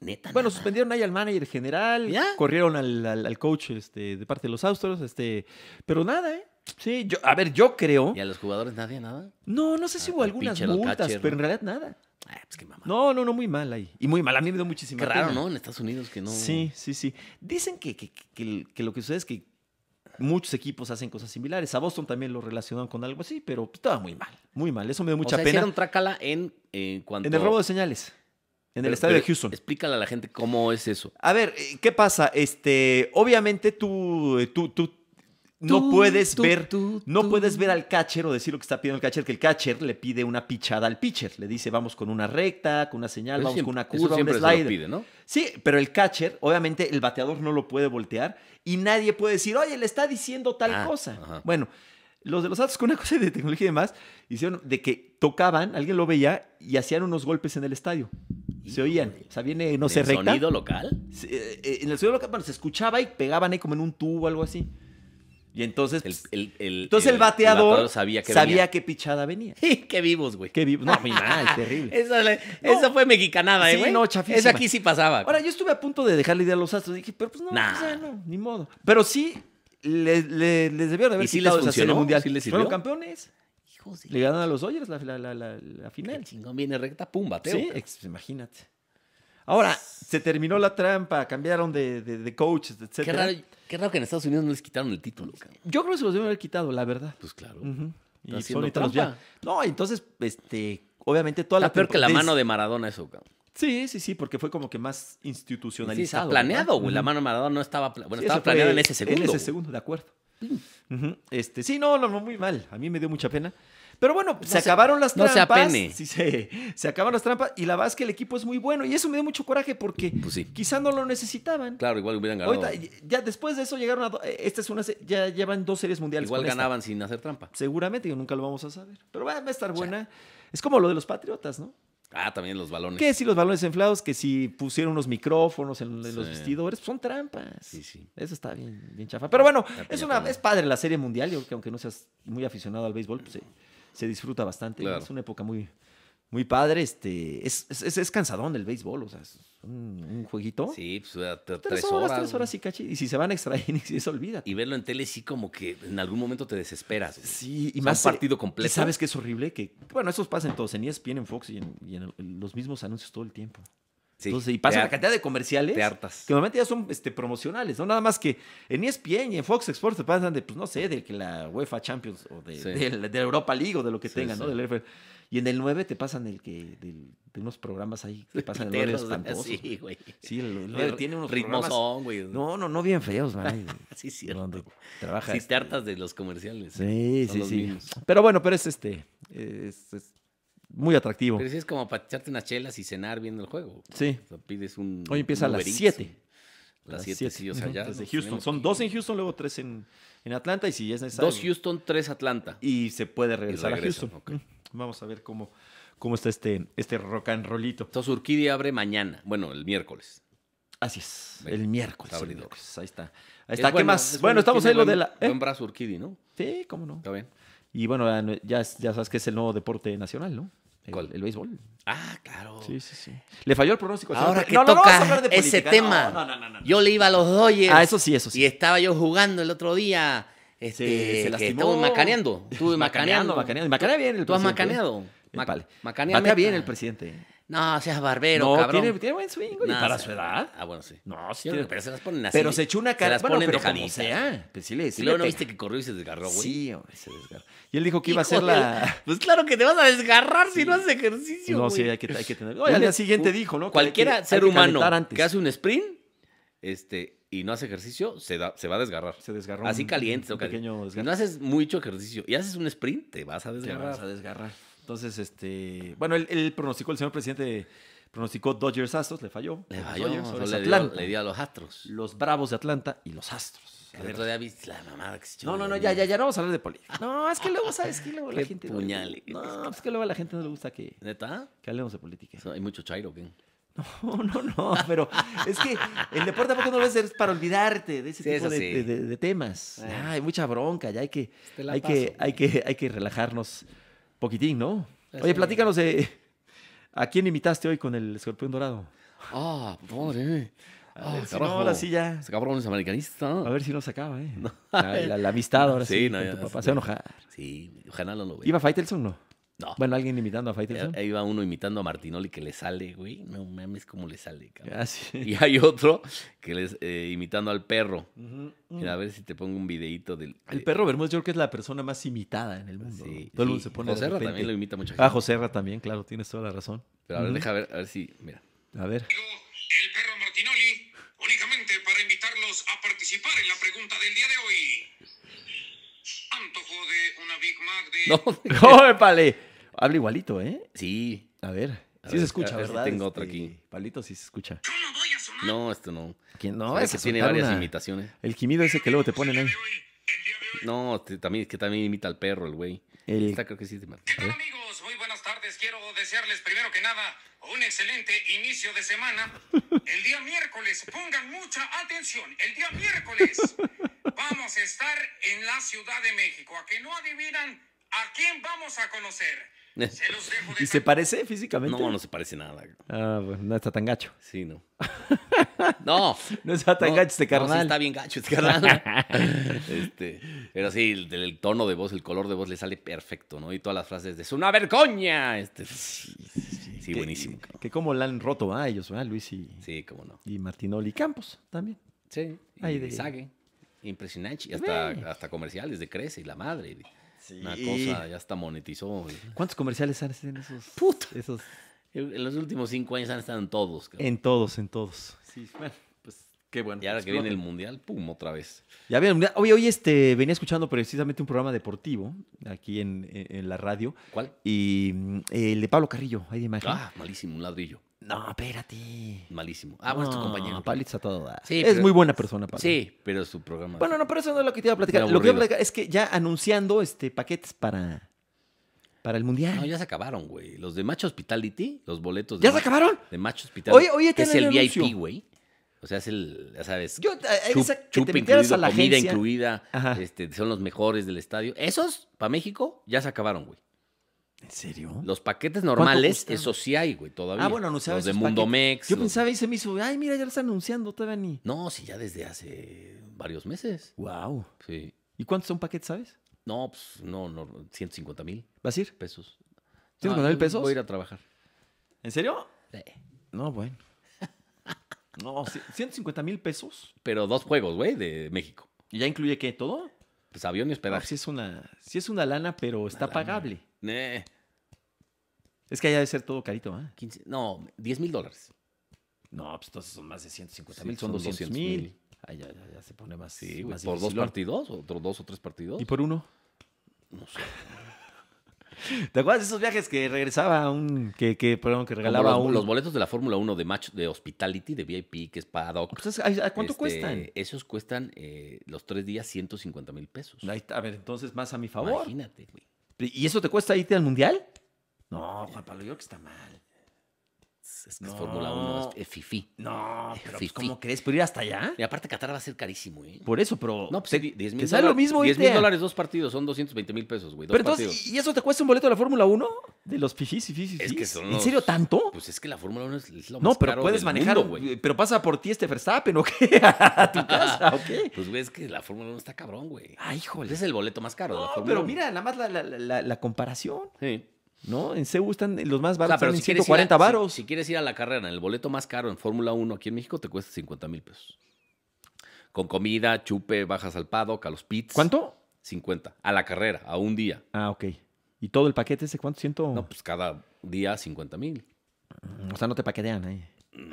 Speaker 2: Neta.
Speaker 1: Bueno,
Speaker 2: nada.
Speaker 1: suspendieron ahí al manager general,
Speaker 2: ¿Ya?
Speaker 1: corrieron al, al- al coach este, de parte de los Astros, este, pero nada, ¿eh? Sí, yo, a ver, yo creo.
Speaker 2: ¿Y a los jugadores nadie nada?
Speaker 1: No, no sé si
Speaker 2: Al-
Speaker 1: hubo
Speaker 2: al
Speaker 1: algunas
Speaker 2: pitcher, al
Speaker 1: multas,
Speaker 2: catcher, ¿no?
Speaker 1: pero en realidad nada.
Speaker 2: Ah, pues qué mamá.
Speaker 1: No, no, no, muy mal ahí. Y muy mal, a mí me dio muchísima
Speaker 2: qué raro,
Speaker 1: pena.
Speaker 2: ¿no? En Estados Unidos que no.
Speaker 1: Sí, sí, sí. Dicen que, que- que- que lo que sucede es que muchos equipos hacen cosas similares. A Boston también lo relacionaron con algo así, pero pues, estaba muy mal, muy mal. Eso me dio mucha
Speaker 2: o sea,
Speaker 1: pena.
Speaker 2: hicieron trácala en, eh, en cuanto.
Speaker 1: En el robo de señales, en el
Speaker 2: Pero-
Speaker 1: estadio de
Speaker 2: pero
Speaker 1: Houston.
Speaker 2: Explícale a la gente cómo es eso.
Speaker 1: A ver, eh, ¿qué pasa? Este, obviamente tú, eh, tú, tú no
Speaker 2: Tú,
Speaker 1: puedes
Speaker 2: tú,
Speaker 1: ver,
Speaker 2: tú,
Speaker 1: no
Speaker 2: tú.
Speaker 1: puedes ver al catcher o decir lo que está pidiendo el catcher, que el catcher le pide una pichada al pitcher, le dice vamos con una recta, con una señal,
Speaker 2: Eso
Speaker 1: vamos
Speaker 2: siempre-
Speaker 1: con una
Speaker 2: eso
Speaker 1: curva, un
Speaker 2: siempre se lo
Speaker 1: slider.
Speaker 2: pide, ¿no?
Speaker 1: Sí, pero el catcher, obviamente el bateador no lo puede voltear y nadie puede decir, oye, le está diciendo tal
Speaker 2: Ah,
Speaker 1: cosa.
Speaker 2: ajá.
Speaker 1: Bueno, Los de los Santos, con una cosa de tecnología y demás, hicieron de que tocaban, alguien lo veía y hacían unos golpes en el estadio. Se oían. O sea, viene, no sé,
Speaker 2: ¿El
Speaker 1: recta.
Speaker 2: sonido local?
Speaker 1: Se- eh, eh, En el sonido local, bueno, se escuchaba y pegaban ahí como en un tubo o algo así. Y entonces,
Speaker 2: El,
Speaker 1: pues,
Speaker 2: el- el-
Speaker 1: entonces el, bateador,
Speaker 2: sabía que venía. *laughs*
Speaker 1: qué pichada venía.
Speaker 2: ¡Qué vivos, güey!
Speaker 1: Qué vivo. No, muy
Speaker 2: *laughs*
Speaker 1: mal, terrible.
Speaker 2: Esa, le- esa fue mexicanada, ¿eh,
Speaker 1: Sí,
Speaker 2: güey?
Speaker 1: no, chafísima.
Speaker 2: Esa aquí sí pasaba.
Speaker 1: Ahora, yo estuve a punto de dejar la idea a los astros. Dije, pero pues no,
Speaker 2: Nah.
Speaker 1: o sea, no, ni modo. Pero sí, le- le- les debieron haber
Speaker 2: ¿Y sí
Speaker 1: quitado
Speaker 2: les
Speaker 1: esa serie
Speaker 2: funcionó?
Speaker 1: mundial.
Speaker 2: ¿Sí les
Speaker 1: Fueron
Speaker 2: sirvió?
Speaker 1: campeones.
Speaker 2: Hijos de-
Speaker 1: Le ganaron a los Dodgers la, la- la- la- la
Speaker 2: El
Speaker 1: final.
Speaker 2: chingón viene recta, pum, bateo.
Speaker 1: Sí, ex- imagínate. Ahora, se terminó la trampa, cambiaron de, de, de coach, etc.
Speaker 2: Qué raro, qué raro que en Estados Unidos no les quitaron el título, cabrón.
Speaker 1: Yo creo que se los debieron haber quitado, la verdad.
Speaker 2: Pues claro.
Speaker 1: Ujú.
Speaker 2: Está
Speaker 1: Y
Speaker 2: haciendo
Speaker 1: son ahorita los
Speaker 2: trampa.
Speaker 1: ya- No, entonces, este, obviamente toda
Speaker 2: Está
Speaker 1: la
Speaker 2: peor que la
Speaker 1: tempo-
Speaker 2: mano de Maradona eso, cabrón.
Speaker 1: Sí, sí, sí, porque fue como que más
Speaker 2: Sí,
Speaker 1: institucionalizado.
Speaker 2: está
Speaker 1: ¿verdad?
Speaker 2: planeado, güey. La
Speaker 1: Ujú.
Speaker 2: mano de Maradona no estaba... pla- Bueno,
Speaker 1: Sí,
Speaker 2: estaba
Speaker 1: eso fue
Speaker 2: planeada en ese segundo.
Speaker 1: En ese
Speaker 2: güey.
Speaker 1: segundo, de acuerdo. Ujú. Este, sí, no, no, no, muy mal. A mí me dio mucha pena. Pero bueno, se,
Speaker 2: se-
Speaker 1: acabaron las
Speaker 2: no se
Speaker 1: trampas.
Speaker 2: apene.
Speaker 1: Sí, se, se acabaron las trampas. Y la verdad es que el equipo es muy bueno. Y eso me dio mucho coraje porque
Speaker 2: Pues sí.
Speaker 1: quizá no lo necesitaban.
Speaker 2: Claro, igual hubieran ganado.
Speaker 1: Ahorita, ya después de eso llegaron a. do- eh, Esta es una. se- Ya llevan dos series mundiales.
Speaker 2: igual
Speaker 1: con esta.
Speaker 2: ganaban sin hacer trampa.
Speaker 1: Seguramente, yo nunca lo vamos a saber. Pero va, va a estar buena. Es como lo de los patriotas, ¿no?
Speaker 2: Ah, también los balones.
Speaker 1: Que si los balones inflados, que si pusieron unos micrófonos en, en los
Speaker 2: Sí.
Speaker 1: vestidores, son trampas.
Speaker 2: Sí, sí.
Speaker 1: Eso está bien, bien chafa. Pero bueno,
Speaker 2: Está
Speaker 1: es,
Speaker 2: piña
Speaker 1: una,
Speaker 2: pala.
Speaker 1: es padre la serie mundial. Yo creo que aunque no seas muy aficionado al béisbol, pues, se, se disfruta bastante.
Speaker 2: Claro.
Speaker 1: Es una época muy, muy padre. Este, es, es, es- es cansadón el béisbol. O sea, es un, un jueguito.
Speaker 2: Sí, pues era tre-
Speaker 1: Tres, horas, tres
Speaker 2: güey.
Speaker 1: horas y cachi. Y si se van a extraer, *laughs* y eso olvídate.
Speaker 2: Y verlo en tele sí como que en algún momento te desesperas. güey.
Speaker 1: Sí, y
Speaker 2: sea,
Speaker 1: más.
Speaker 2: un partido
Speaker 1: eh,
Speaker 2: completo.
Speaker 1: ¿y ¿Sabes qué es horrible? Que, bueno, esos pasan todos en E ESPN, en Fox y en, y en el- los mismos anuncios todo el tiempo.
Speaker 2: Sí,
Speaker 1: Entonces, y
Speaker 2: te
Speaker 1: pasa
Speaker 2: har-
Speaker 1: la cantidad de comerciales.
Speaker 2: Te hartas.
Speaker 1: Que normalmente ya son este, promocionales, ¿no? Nada más que en E ESPN y en Fox Sports te pasan de, pues no sé, de que la UEFA Champions o de,
Speaker 2: Sí.
Speaker 1: de- de la Europa League o de lo que
Speaker 2: Sí,
Speaker 1: tengan, ¿no?
Speaker 2: sí.
Speaker 1: Del NFL. Y en el 9 te pasan el que, del- de unos programas ahí
Speaker 2: *laughs*
Speaker 1: que pasan en el 9 espantosos.
Speaker 2: Sí,
Speaker 1: Sí,
Speaker 2: güey.
Speaker 1: el 9 tiene unos
Speaker 2: ritmos *laughs*
Speaker 1: programas-
Speaker 2: güey.
Speaker 1: No, no, no bien feos,
Speaker 2: *laughs*
Speaker 1: man.
Speaker 2: sí, es cierto.
Speaker 1: donde trabaja.
Speaker 2: Sí, te hartas de los comerciales.
Speaker 1: este Sí,
Speaker 2: Son
Speaker 1: sí,
Speaker 2: los
Speaker 1: sí.
Speaker 2: mismos.
Speaker 1: Pero bueno, pero es este, eh, es, es muy atractivo.
Speaker 2: Pero sí es como para echarte unas chelas y cenar viendo el juego.
Speaker 1: Sí.
Speaker 2: O sea, pides un.
Speaker 1: Hoy empieza a
Speaker 2: un
Speaker 1: las
Speaker 2: Uber Eats,
Speaker 1: 7.
Speaker 2: un- Las 7, sí, o sea,
Speaker 1: Ujú,
Speaker 2: ya.
Speaker 1: Desde
Speaker 2: nos
Speaker 1: Houston.
Speaker 2: tenemos
Speaker 1: Son
Speaker 2: que-
Speaker 1: dos en Houston, luego tres en, en Atlanta y si es necesario.
Speaker 2: Dos Houston, tres Atlanta.
Speaker 1: Y se puede regresar
Speaker 2: regresan,
Speaker 1: a Houston.
Speaker 2: ok.
Speaker 1: Mm, Vamos a ver cómo, cómo está este, este rock and rollito.
Speaker 2: Entonces Urquidia abre mañana. Bueno, el miércoles.
Speaker 1: Así es.
Speaker 2: Venga,
Speaker 1: El miércoles.
Speaker 2: está
Speaker 1: el
Speaker 2: abrido.
Speaker 1: miércoles, Ahí está. Ahí está. ¿Qué
Speaker 2: Es bueno,
Speaker 1: más?
Speaker 2: es
Speaker 1: Bueno, estamos
Speaker 2: tiene
Speaker 1: ahí lo de
Speaker 2: buen-
Speaker 1: la. ¿eh?
Speaker 2: Buen brazo Urquidi, ¿no?
Speaker 1: Sí, cómo no.
Speaker 2: Está bien.
Speaker 1: Y bueno, ya- ya, ya sabes que es el nuevo deporte nacional, ¿no? El,
Speaker 2: ¿Cuál?
Speaker 1: el béisbol.
Speaker 2: Ah, claro.
Speaker 1: Sí, sí, sí. Le falló el pronóstico. al señor
Speaker 2: Ahora
Speaker 1: Pe-
Speaker 2: que
Speaker 1: no, no, no,
Speaker 2: toca
Speaker 1: vamos a hablar de
Speaker 2: ese
Speaker 1: política.
Speaker 2: tema.
Speaker 1: No, no, no, no, no.
Speaker 2: Yo le iba a los Dodgers.
Speaker 1: Ah, eso sí, eso
Speaker 2: Y
Speaker 1: sí.
Speaker 2: estaba yo jugando el otro día. Este,
Speaker 1: Se- se
Speaker 2: que
Speaker 1: lastimó.
Speaker 2: estuve macaneando. Estuve macaneando.
Speaker 1: *laughs* Macaneando, macaneando. Y macanea bien el
Speaker 2: ¿Tú has
Speaker 1: presidente, ¿eh?
Speaker 2: macaneado?
Speaker 1: Eh,
Speaker 2: Mac-
Speaker 1: vale.
Speaker 2: macaneame.
Speaker 1: Batea bien el presidente. ¿eh?
Speaker 2: No, seas barbero, cabrón.
Speaker 1: Tiene, tiene buen swing, güey.
Speaker 2: Nah,
Speaker 1: para
Speaker 2: o sea,
Speaker 1: su edad.
Speaker 2: Ah, bueno, sí.
Speaker 1: No, sí.
Speaker 2: Yo
Speaker 1: tiene-
Speaker 2: creo que- pero se las ponen así.
Speaker 1: pero se echó una cara.
Speaker 2: Se las
Speaker 1: bueno,
Speaker 2: ponen
Speaker 1: pero como
Speaker 2: dejaditas.
Speaker 1: sea. Pues sí le, sí le
Speaker 2: Y luego no
Speaker 1: pega.
Speaker 2: viste que corrió y se desgarró, güey.
Speaker 1: Sí, hombre, se desgarra. Y él dijo que
Speaker 2: Hijo
Speaker 1: iba a ser *laughs*
Speaker 2: de
Speaker 1: la.
Speaker 2: Pues claro que te vas a desgarrar si no haces ejercicio,
Speaker 1: No,
Speaker 2: güey.
Speaker 1: sí, hay que, hay que tener.
Speaker 2: Un-
Speaker 1: Oye, al día siguiente
Speaker 2: un-
Speaker 1: dijo, ¿no? Que
Speaker 2: Cualquiera
Speaker 1: hay que-
Speaker 2: ser
Speaker 1: hay que
Speaker 2: humano
Speaker 1: calentar antes.
Speaker 2: que hace un sprint este, y no hace ejercicio, se, da- se va a desgarrar.
Speaker 1: Se desgarró.
Speaker 2: Así
Speaker 1: un-
Speaker 2: caliente.
Speaker 1: Un
Speaker 2: toca.
Speaker 1: pequeño
Speaker 2: Si no
Speaker 1: desgarro.
Speaker 2: haces mucho ejercicio y haces un sprint, te vas a
Speaker 1: Se
Speaker 2: desgarrar.
Speaker 1: vas a desgarrar. Entonces, este. Bueno, él, él pronosticó, el señor presidente pronosticó Dodgers Astros, le falló.
Speaker 2: Le
Speaker 1: Los
Speaker 2: falló,
Speaker 1: Dodgers,
Speaker 2: no
Speaker 1: ahora es
Speaker 2: le, dio,
Speaker 1: Atlanta.
Speaker 2: le dio a los astros.
Speaker 1: Los Bravos de Atlanta y los Astros. A
Speaker 2: El
Speaker 1: ver,
Speaker 2: otro día viste la mamada que se echó
Speaker 1: No, no,
Speaker 2: el
Speaker 1: no, ya, ya,
Speaker 2: domingo.
Speaker 1: ya no vamos a hablar de política. No, es que luego, ¿sabes que Luego la
Speaker 2: Qué
Speaker 1: gente. no le-
Speaker 2: puñal,
Speaker 1: No,
Speaker 2: eres,
Speaker 1: pues que luego a la gente no le gusta que,
Speaker 2: ¿Neta?
Speaker 1: que hablemos de política.
Speaker 2: Eso, Hay mucho chairo, ¿qué?
Speaker 1: *laughs* No, no, no, pero es que el deporte tampoco no lo es para olvidarte de ese
Speaker 2: Sí,
Speaker 1: tipo
Speaker 2: eso
Speaker 1: de,
Speaker 2: sí.
Speaker 1: de- de- de temas.
Speaker 2: Bueno.
Speaker 1: Ya, hay mucha bronca, ya hay que,
Speaker 2: Te la
Speaker 1: hay,
Speaker 2: paso,
Speaker 1: que,
Speaker 2: güey.
Speaker 1: hay, que, hay que relajarnos poquitín, ¿no?
Speaker 2: Pues
Speaker 1: Oye,
Speaker 2: sí.
Speaker 1: platícanos de. ¿A quién imitaste hoy con el escorpión dorado?
Speaker 2: Ah,
Speaker 1: *laughs*
Speaker 2: madre. Ah,
Speaker 1: ver si no,
Speaker 2: carajo.
Speaker 1: ahora sí ya.
Speaker 2: Ese cabrón es americanista.
Speaker 1: A ver si nos acaba, ¿eh? La, la-
Speaker 2: *laughs*
Speaker 1: la amistad ahora sí.
Speaker 2: Sí, no,
Speaker 1: con
Speaker 2: ya-
Speaker 1: tu papá. Se va a enojar.
Speaker 2: Sí, ojalá no lo vea.
Speaker 1: ¿Iba Faitelson no?
Speaker 2: No.
Speaker 1: Bueno, alguien imitando a
Speaker 2: Ah. Eh,
Speaker 1: Faitelson.
Speaker 2: Ahí va uno imitando a Martinoli que le sale, güey. No mames cómo le sale, cabrón.
Speaker 1: Ah, sí.
Speaker 2: Y hay otro que les eh, imitando al perro.
Speaker 1: Ujú, ujú.
Speaker 2: Mira, a ver si te pongo un videito del.
Speaker 1: El Mm. perro Bermúdez yo creo que es la persona más imitada en el mundo. ¿no?
Speaker 2: Sí.
Speaker 1: Todo el
Speaker 2: sí.
Speaker 1: mundo se pone de
Speaker 2: Joserra
Speaker 1: repente-
Speaker 2: también lo imita mucha gente.
Speaker 1: Ah, José Erra también, claro, tienes toda la razón.
Speaker 2: Pero a ver,
Speaker 1: Ujú.
Speaker 2: deja ver, a ver si. Mira. *laughs*
Speaker 1: A ver.
Speaker 3: el perro Martinoli, únicamente para invitarlos a participar en la pregunta del día de hoy. Antojo de una Big Mac de...
Speaker 2: No.
Speaker 1: ¡Épale! Habla igualito, ¿eh?
Speaker 2: Sí.
Speaker 1: A ver.
Speaker 2: A
Speaker 1: sí
Speaker 2: ver,
Speaker 1: se
Speaker 2: a
Speaker 1: escucha,
Speaker 2: ver si
Speaker 1: ¿verdad? Este,
Speaker 2: tengo otra aquí.
Speaker 1: Palito sí se escucha.
Speaker 3: Yo no voy a sonar.
Speaker 2: No, esto no.
Speaker 1: ¿Quién no?
Speaker 2: No, es
Speaker 1: vas
Speaker 2: que
Speaker 1: a
Speaker 2: tiene
Speaker 1: soltar
Speaker 2: varias
Speaker 1: una-
Speaker 2: imitaciones.
Speaker 1: El gimido ese que luego te ponen ahí.
Speaker 3: El día de hoy, el día de
Speaker 2: No, te- también, que también imita al perro, el güey.
Speaker 1: El-
Speaker 2: Esta creo que sí te mata.
Speaker 3: ¿Qué tal amigos? Muy buenas tardes. Quiero desearles primero que nada un excelente inicio de semana. El día miércoles, pongan mucha atención, el día miércoles vamos a estar en la Ciudad de México. A que no adivinan a quién vamos a
Speaker 1: *laughs*
Speaker 3: conocer. Se los dejo de
Speaker 1: ¿Y se parece físicamente?
Speaker 2: No, no se parece nada.
Speaker 1: Ah, bueno, no está tan gacho. *laughs*
Speaker 2: Sí, no. No.
Speaker 1: No está tan gacho este
Speaker 2: No, sí
Speaker 1: carnal.
Speaker 2: está bien gacho este carnal.
Speaker 1: *laughs*
Speaker 2: este, pero sí, el, el tono de voz, el color de voz le sale perfecto, ¿no? Y todas las frases de ¡Es una vergoña! Este, sí,
Speaker 1: Que-
Speaker 2: buenísimo.
Speaker 1: Que, como la han roto a ellos, ¿verdad? Luis y,
Speaker 2: Sí, cómo no.
Speaker 1: y Martinoli Campos también.
Speaker 2: Sí. Y
Speaker 1: Ay, de-
Speaker 2: Sague. Impresionante. Y hasta,
Speaker 1: Güey.
Speaker 2: hasta comerciales de Crece y la madre. Una
Speaker 1: Sí.
Speaker 2: cosa, ya hasta monetizó.
Speaker 1: ¿Cuántos comerciales hacen esos?
Speaker 2: Puta.
Speaker 1: Esos.
Speaker 2: En los últimos cinco años han estado en todos. cabrón.
Speaker 1: En todos, en todos. Sí, bueno, pues qué bueno.
Speaker 2: Y ahora que viene el mundial, pum, otra vez.
Speaker 1: Ya vieron, ya- hoy, hoy este, venía escuchando precisamente un programa deportivo aquí en, en- en la radio
Speaker 2: ¿Cuál?
Speaker 1: y mm, el de Pablo Carrillo, ahí de imagen.
Speaker 2: Ah, malísimo, un ladrillo.
Speaker 1: No, espérate.
Speaker 2: Malísimo. Ah, bueno, es tu
Speaker 1: No,
Speaker 2: compañero.
Speaker 1: Pablito está todo dar.
Speaker 2: Sí,
Speaker 1: es
Speaker 2: pero-
Speaker 1: muy buena persona, Pablo.
Speaker 2: Sí, pero su programa.
Speaker 1: Bueno, no, pero eso no es lo que te iba a platicar.
Speaker 2: Muy
Speaker 1: Lo que iba a
Speaker 2: aburrido.
Speaker 1: platicar es que ya anunciando este paquetes para, para el Mundial.
Speaker 2: No, ya se acabaron, güey. Los de Match Hospitality, los boletos. de
Speaker 1: ¿Ya se
Speaker 2: Match-
Speaker 1: acabaron?
Speaker 2: De Match Hospitality.
Speaker 1: Oye, oye,
Speaker 2: que es
Speaker 1: tienen
Speaker 2: el
Speaker 1: el anuncio.
Speaker 2: VIP, güey. O sea, es el, ya sabes.
Speaker 1: Yo, eh,
Speaker 2: chup-
Speaker 1: esa que
Speaker 2: chupe
Speaker 1: te metieras
Speaker 2: incluido,
Speaker 1: a la
Speaker 2: comida
Speaker 1: agencia.
Speaker 2: incluida,
Speaker 1: Ajá.
Speaker 2: este, son los mejores del estadio. Esos, para México, ya se acabaron, güey.
Speaker 1: ¿En serio?
Speaker 2: Los paquetes normales,
Speaker 1: cuestan?
Speaker 2: eso sí hay, güey, todavía.
Speaker 1: ah, bueno, anunciaban
Speaker 2: Los de
Speaker 1: esos
Speaker 2: Mundomex.
Speaker 1: paquetes. Yo
Speaker 2: los-
Speaker 1: pensaba y se me hizo, ay, mira, ya lo están anunciando, todavía ni.
Speaker 2: No, sí, ya desde hace varios meses.
Speaker 1: Wow.
Speaker 2: Sí.
Speaker 1: ¿Y cuántos son paquetes, sabes?
Speaker 2: No, pues, no, no, 150 mil
Speaker 1: ¿Vas a ir?
Speaker 2: pesos.
Speaker 1: ¿Tienes
Speaker 2: No,
Speaker 1: con él
Speaker 2: yo
Speaker 1: pesos?
Speaker 2: Voy a ir a trabajar.
Speaker 1: ¿En serio?
Speaker 2: Sí.
Speaker 1: No, bueno. *laughs* No, ci- 150 mil pesos.
Speaker 2: Pero dos juegos, güey, de México.
Speaker 1: ¿Y ya incluye qué? ¿Todo?
Speaker 2: Pues avión y
Speaker 1: No,
Speaker 2: hospedaje.
Speaker 1: sí, es una, sí es una lana, pero está
Speaker 2: lana.
Speaker 1: pagable.
Speaker 2: Eh,
Speaker 1: Es que allá debe ser todo carito, ¿ah?
Speaker 2: 15, no, 10 mil dólares.
Speaker 1: No, pues entonces son más de 150
Speaker 2: Sí,
Speaker 1: mil, son
Speaker 2: son
Speaker 1: 200
Speaker 2: 200,000.
Speaker 1: mil. Ay, ya, ya, ya se pone más.
Speaker 2: Sí, güey.
Speaker 1: más
Speaker 2: Por dos
Speaker 1: dificilón.
Speaker 2: partidos, o otro- dos o tres partidos.
Speaker 1: ¿Y por uno?
Speaker 2: No sé.
Speaker 1: ¿Te acuerdas de esos viajes que regresaba a un. que, que, perdón, que regalaba
Speaker 2: Como
Speaker 1: a
Speaker 2: los,
Speaker 1: un.
Speaker 2: los boletos de la Fórmula 1 de match de hospitality, de VIP, que es paddock.
Speaker 1: Pues, ¿a- a ¿Cuánto
Speaker 2: Este,
Speaker 1: cuestan?
Speaker 2: Esos cuestan eh, los tres días 150 mil pesos.
Speaker 1: Pues Ahí está, a ver, entonces más a mi favor.
Speaker 2: Imagínate, güey.
Speaker 1: ¿Y eso te cuesta irte al mundial? No, Juan Pablo, yo creo que está mal.
Speaker 2: Es que es
Speaker 1: No.
Speaker 2: Fórmula 1, es, es fifí.
Speaker 1: No, pero pues,
Speaker 2: Fifí.
Speaker 1: ¿cómo crees? ¿Por ir hasta allá?
Speaker 2: Y aparte Qatar va a ser carísimo, ¿eh?
Speaker 1: Por eso, pero.
Speaker 2: No, pues
Speaker 1: te-
Speaker 2: sí, di- 10
Speaker 1: te
Speaker 2: mil
Speaker 1: sale lo mismo irte
Speaker 2: mil
Speaker 1: a-
Speaker 2: dólares dos partidos, son 220 mil pesos, güey. Dos
Speaker 1: Pero entonces,
Speaker 2: partidos.
Speaker 1: ¿y y eso te cuesta un boleto de la Fórmula 1? De los fifís y fifís.
Speaker 2: Es que son
Speaker 1: ¿En
Speaker 2: los-
Speaker 1: serio tanto?
Speaker 2: Pues es que la Fórmula 1 es, es lo más
Speaker 1: no, pero
Speaker 2: caro
Speaker 1: puedes
Speaker 2: del
Speaker 1: manejar.
Speaker 2: mundo, güey.
Speaker 1: pero pasa por ti este Verstappen o qué? *laughs* A tu
Speaker 2: *laughs*
Speaker 1: casa o qué.
Speaker 2: Pues güey, es que la Fórmula 1 está cabrón, güey.
Speaker 1: Ay, híjole.
Speaker 2: Pues Es el boleto más caro de la
Speaker 1: No,
Speaker 2: Fórmula
Speaker 1: pero
Speaker 2: 1.
Speaker 1: mira, nada más la, la- la- la comparación.
Speaker 2: Sí.
Speaker 1: ¿No? En Seúl están los más
Speaker 2: O sea,
Speaker 1: baratos
Speaker 2: pero
Speaker 1: están
Speaker 2: si
Speaker 1: en
Speaker 2: quieres, ir a,
Speaker 1: 140
Speaker 2: si-
Speaker 1: varos.
Speaker 2: si quieres ir a la carrera, en el boleto más caro en Fórmula 1 aquí en México te cuesta 50 mil pesos. Con comida, chupe, bajas al paddock, a los pits.
Speaker 1: ¿Cuánto?
Speaker 2: 50. A la carrera, a un día.
Speaker 1: Ah, ok. ¿Y todo el paquete ese cuánto? Ciento...
Speaker 2: No, pues cada día 50 mil.
Speaker 1: O sea, no te paquetean
Speaker 2: ¿eh?
Speaker 1: ahí. Mm.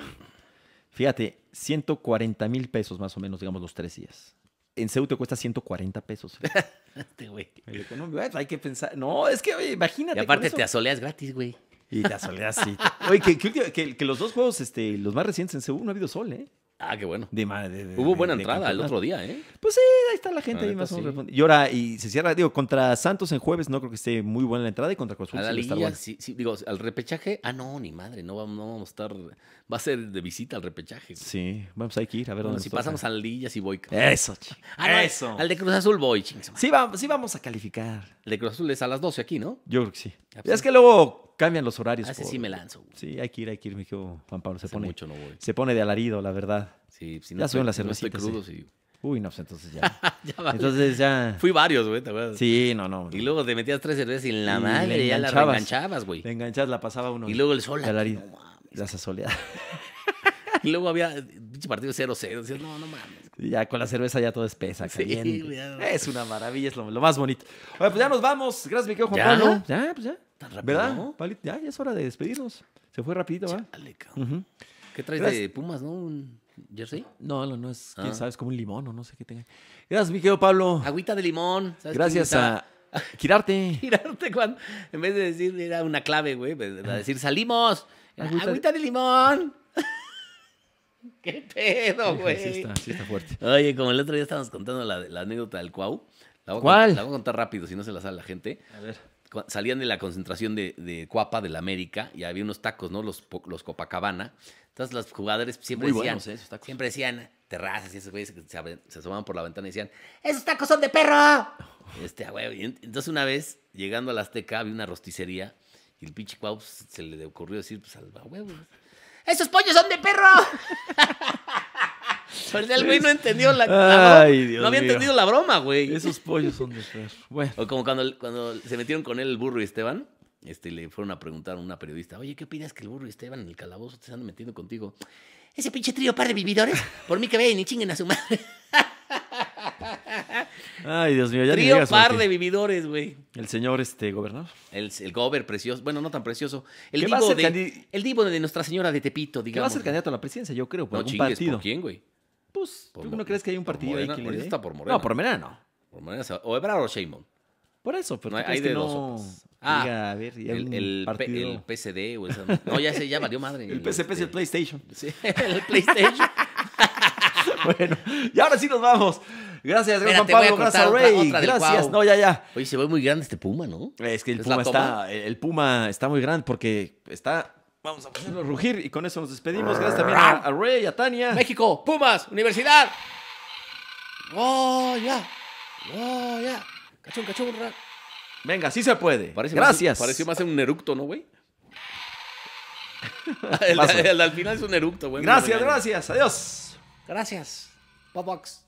Speaker 1: Fíjate, 140 mil pesos más o menos, digamos, los tres días. En Seúl te cuesta 140 pesos. ¿eh?
Speaker 2: *laughs* Este güey.
Speaker 1: El económico, eh, hay que pensar. No, es que oye, imagínate.
Speaker 2: Y aparte
Speaker 1: con
Speaker 2: te
Speaker 1: eso.
Speaker 2: asoleas gratis, güey.
Speaker 1: Y te asoleas,
Speaker 2: *laughs*
Speaker 1: sí. Oye, que, que última- que- que los dos juegos, este, los más recientes en Seúl, no ha habido sol, ¿eh?
Speaker 2: Ah, qué bueno.
Speaker 1: De ma- de- de-
Speaker 2: Hubo
Speaker 1: de-
Speaker 2: buena
Speaker 1: de
Speaker 2: entrada el
Speaker 1: campeonato.
Speaker 2: otro día, ¿eh?
Speaker 1: Pues sí, ahí está la gente
Speaker 2: La
Speaker 1: ahí
Speaker 2: neta,
Speaker 1: más o menos.
Speaker 2: sí.
Speaker 1: responde. Y ahora, y se cierra, digo, contra Santos en jueves, no creo que esté muy buena la entrada y contra Cruz
Speaker 2: A
Speaker 1: Azul sí
Speaker 2: la
Speaker 1: va a estar
Speaker 2: liguilla,
Speaker 1: buena.
Speaker 2: sí, sí, digo, al repechaje. Ah, no, ni madre, no vamos, no vamos a estar. Va a ser de visita al repechaje. güey.
Speaker 1: Sí, vamos, hay que ir a ver
Speaker 2: Bueno,
Speaker 1: dónde
Speaker 2: si
Speaker 1: nos toca.
Speaker 2: pasamos a la liguilla, sí voy. cabrón.
Speaker 1: Eso, chico.
Speaker 2: Ah, no, al-
Speaker 1: Eso.
Speaker 2: Al de Cruz Azul voy, chingue su madre.
Speaker 1: Sí, va- sí vamos a calificar.
Speaker 2: El de Cruz Azul es a las 12 aquí, ¿no?
Speaker 1: Yo creo que sí.
Speaker 2: Ah, pues
Speaker 1: es
Speaker 2: sí.
Speaker 1: que luego cambian los horarios.
Speaker 2: Ah, ese
Speaker 1: por-
Speaker 2: sí me lanzo. güey.
Speaker 1: Sí, hay que ir, hay que ir, mi querido Juan Pablo. Se
Speaker 2: Hace
Speaker 1: pone,
Speaker 2: mucho no voy.
Speaker 1: se pone de alarido, la verdad.
Speaker 2: Sí, si
Speaker 1: Ya
Speaker 2: estoy-
Speaker 1: subieron las
Speaker 2: si no estoy
Speaker 1: cervecitas,
Speaker 2: crudo,
Speaker 1: Uy, no, pues entonces ya.
Speaker 2: sí. *laughs* Ya *laughs* vale.
Speaker 1: Entonces ya.
Speaker 2: Fui varios, güey, ¿te acuerdas?
Speaker 1: Sí, no, no.
Speaker 2: Y luego te metías tres cervezas y en la
Speaker 1: Y
Speaker 2: madre
Speaker 1: le
Speaker 2: ya la
Speaker 1: enganchabas.
Speaker 2: reenganchabas, güey.
Speaker 1: Te enganchas, la pasaba uno.
Speaker 2: Y luego el sol.
Speaker 1: de alarido.
Speaker 2: no mames.
Speaker 1: Las asoleadas.
Speaker 2: Y luego había eh, pinche partido 0-0. Decías, no, no mames.
Speaker 1: Y *laughs* ya con la cerveza ya todo espesa,
Speaker 2: Sí,
Speaker 1: caliente.
Speaker 2: ya.
Speaker 1: es una maravilla, es lo, lo más bonito. Oye, pues ya nos vamos. Gracias, mi querido Juan
Speaker 2: ¿Ya?
Speaker 1: Pablo. Ya, pues ya.
Speaker 2: Tan rápido.
Speaker 1: ¿Verdad? Pablito? Ya, ya es hora de despedirnos. Se fue rapidito, ¿va?
Speaker 2: Chale, cabrón.
Speaker 1: Ujú.
Speaker 2: ¿Qué traes
Speaker 1: Gracias.
Speaker 2: de Pumas, no? ¿Un jersey?
Speaker 1: No, no, no es, quién
Speaker 2: Ah.
Speaker 1: sabe, es como un limón o no sé qué tenga. Gracias, mi querido Pablo.
Speaker 2: Agüita de limón. ¿sabes qué
Speaker 1: Gracias
Speaker 2: invita?
Speaker 1: a
Speaker 2: *laughs*
Speaker 1: Kirarte.
Speaker 2: Girarte cuando. En vez de decir, era una clave, güey. A decir, salimos. Era,
Speaker 1: Agüita
Speaker 2: Agüita,
Speaker 1: de-
Speaker 2: de limón. *laughs* ¿Qué pedo,
Speaker 1: Híjole,
Speaker 2: güey?
Speaker 1: Sí está, sí está fuerte.
Speaker 2: Oye, como el otro día estábamos contando la, la anécdota del Cuau, La voy a
Speaker 4: ¿Cuál?
Speaker 2: cont- La voy a contar rápido, si no se la sabe la gente.
Speaker 1: A ver.
Speaker 2: Cu- Salían de la concentración de, de Cuapa, de la América, y había unos tacos, ¿no? Los, po- los Copacabana. Entonces los jugadores siempre
Speaker 1: Muy
Speaker 2: decían,
Speaker 1: buenos, ¿eh? Esos tacos.
Speaker 2: siempre decían, terrazas y esos güeyes que se, abren- se asomaban por la ventana y decían, ¡esos tacos son
Speaker 1: *laughs*
Speaker 2: de perro! Este, a huevo. Y en- Entonces una vez, llegando a la Azteca, había una rosticería y el pinche Cuau pues, se le ocurrió decir, pues, al a huevo. ¡Esos pollos son de perro! *laughs* Pero el güey no entendió la, la
Speaker 4: Ay,
Speaker 2: broma.
Speaker 4: Dios
Speaker 2: No había
Speaker 4: mío.
Speaker 2: entendido la broma, güey.
Speaker 4: Esos pollos son de perro. Bueno.
Speaker 2: O como cuando, cuando se metieron con él el burro y Esteban, este, le fueron a preguntar a una periodista, oye, ¿qué opinas que el burro y Esteban en el calabozo te están metiendo contigo? Ese pinche trío par de vividores, por mí que vayan y chinguen a su madre.
Speaker 4: Ay, Dios mío, ya ni
Speaker 2: trío
Speaker 4: digas,
Speaker 2: par
Speaker 4: Monty.
Speaker 2: de vividores, güey.
Speaker 4: El señor este gobernador.
Speaker 2: El, el gober precioso, bueno, no tan precioso. El
Speaker 1: ¿Qué va a
Speaker 2: divo,
Speaker 1: ser
Speaker 2: de,
Speaker 1: candi-
Speaker 2: el divo de Nuestra Señora de Tepito,
Speaker 1: Que va a
Speaker 2: digamos.
Speaker 1: ser candidato a la presidencia, yo creo, por
Speaker 2: no
Speaker 1: algún
Speaker 2: chingues,
Speaker 1: partido.
Speaker 2: ¿por quién, güey?
Speaker 1: Pues,
Speaker 2: Por
Speaker 1: ¿tú
Speaker 2: Mo-
Speaker 1: no crees que hay un
Speaker 2: por
Speaker 1: partido
Speaker 2: Morena,
Speaker 1: ahí que le
Speaker 2: ahorita
Speaker 1: dé?
Speaker 2: está por Morena.
Speaker 1: No, por Morena no.
Speaker 2: Por manera- O Ebrard o Sheinbaum.
Speaker 1: Por eso, pero
Speaker 2: No,
Speaker 1: ¿tú
Speaker 2: hay
Speaker 1: crees
Speaker 2: de
Speaker 1: que
Speaker 2: dos
Speaker 1: no Pues,
Speaker 2: sopas. Ah,
Speaker 1: diga, a ver, y hay
Speaker 2: El,
Speaker 1: un
Speaker 2: el, P-
Speaker 1: partido-
Speaker 2: el PSD o esa... No, ya se ya valió madre.
Speaker 1: El PSP es el
Speaker 2: este,
Speaker 1: PlayStation.
Speaker 2: *laughs* sí, el PlayStation.
Speaker 1: *laughs* Bueno, y ahora sí nos vamos. Gracias, gracias Juan
Speaker 2: Ah. Espérate, voy a
Speaker 1: Pablo, gracias
Speaker 2: cortar
Speaker 1: a
Speaker 2: otra-
Speaker 1: Ray.
Speaker 2: otra del
Speaker 1: Gracias.
Speaker 2: Cuau.
Speaker 1: No, ya, ya.
Speaker 2: Oye, se ve muy grande este puma, ¿no?
Speaker 1: Es que el
Speaker 2: ¿Es la
Speaker 1: Puma,
Speaker 2: toma?
Speaker 1: está, el Puma está muy grande porque está. Vamos a ponerlo a rugir y con eso nos despedimos. Gracias también a, a Ray, a Tania.
Speaker 2: México, Pumas, Universidad. ¡Oh, ya! ¡Oh, ya! Cachón, cachón, ra-
Speaker 1: Venga, sí se puede.
Speaker 2: más-
Speaker 1: Gracias.
Speaker 2: pareció más un eructo, ¿no, güey? el,
Speaker 1: Paso.
Speaker 2: el al final es un eructo, güey.
Speaker 1: Gracias, gracias. Adiós.
Speaker 2: Gracias. Bobox.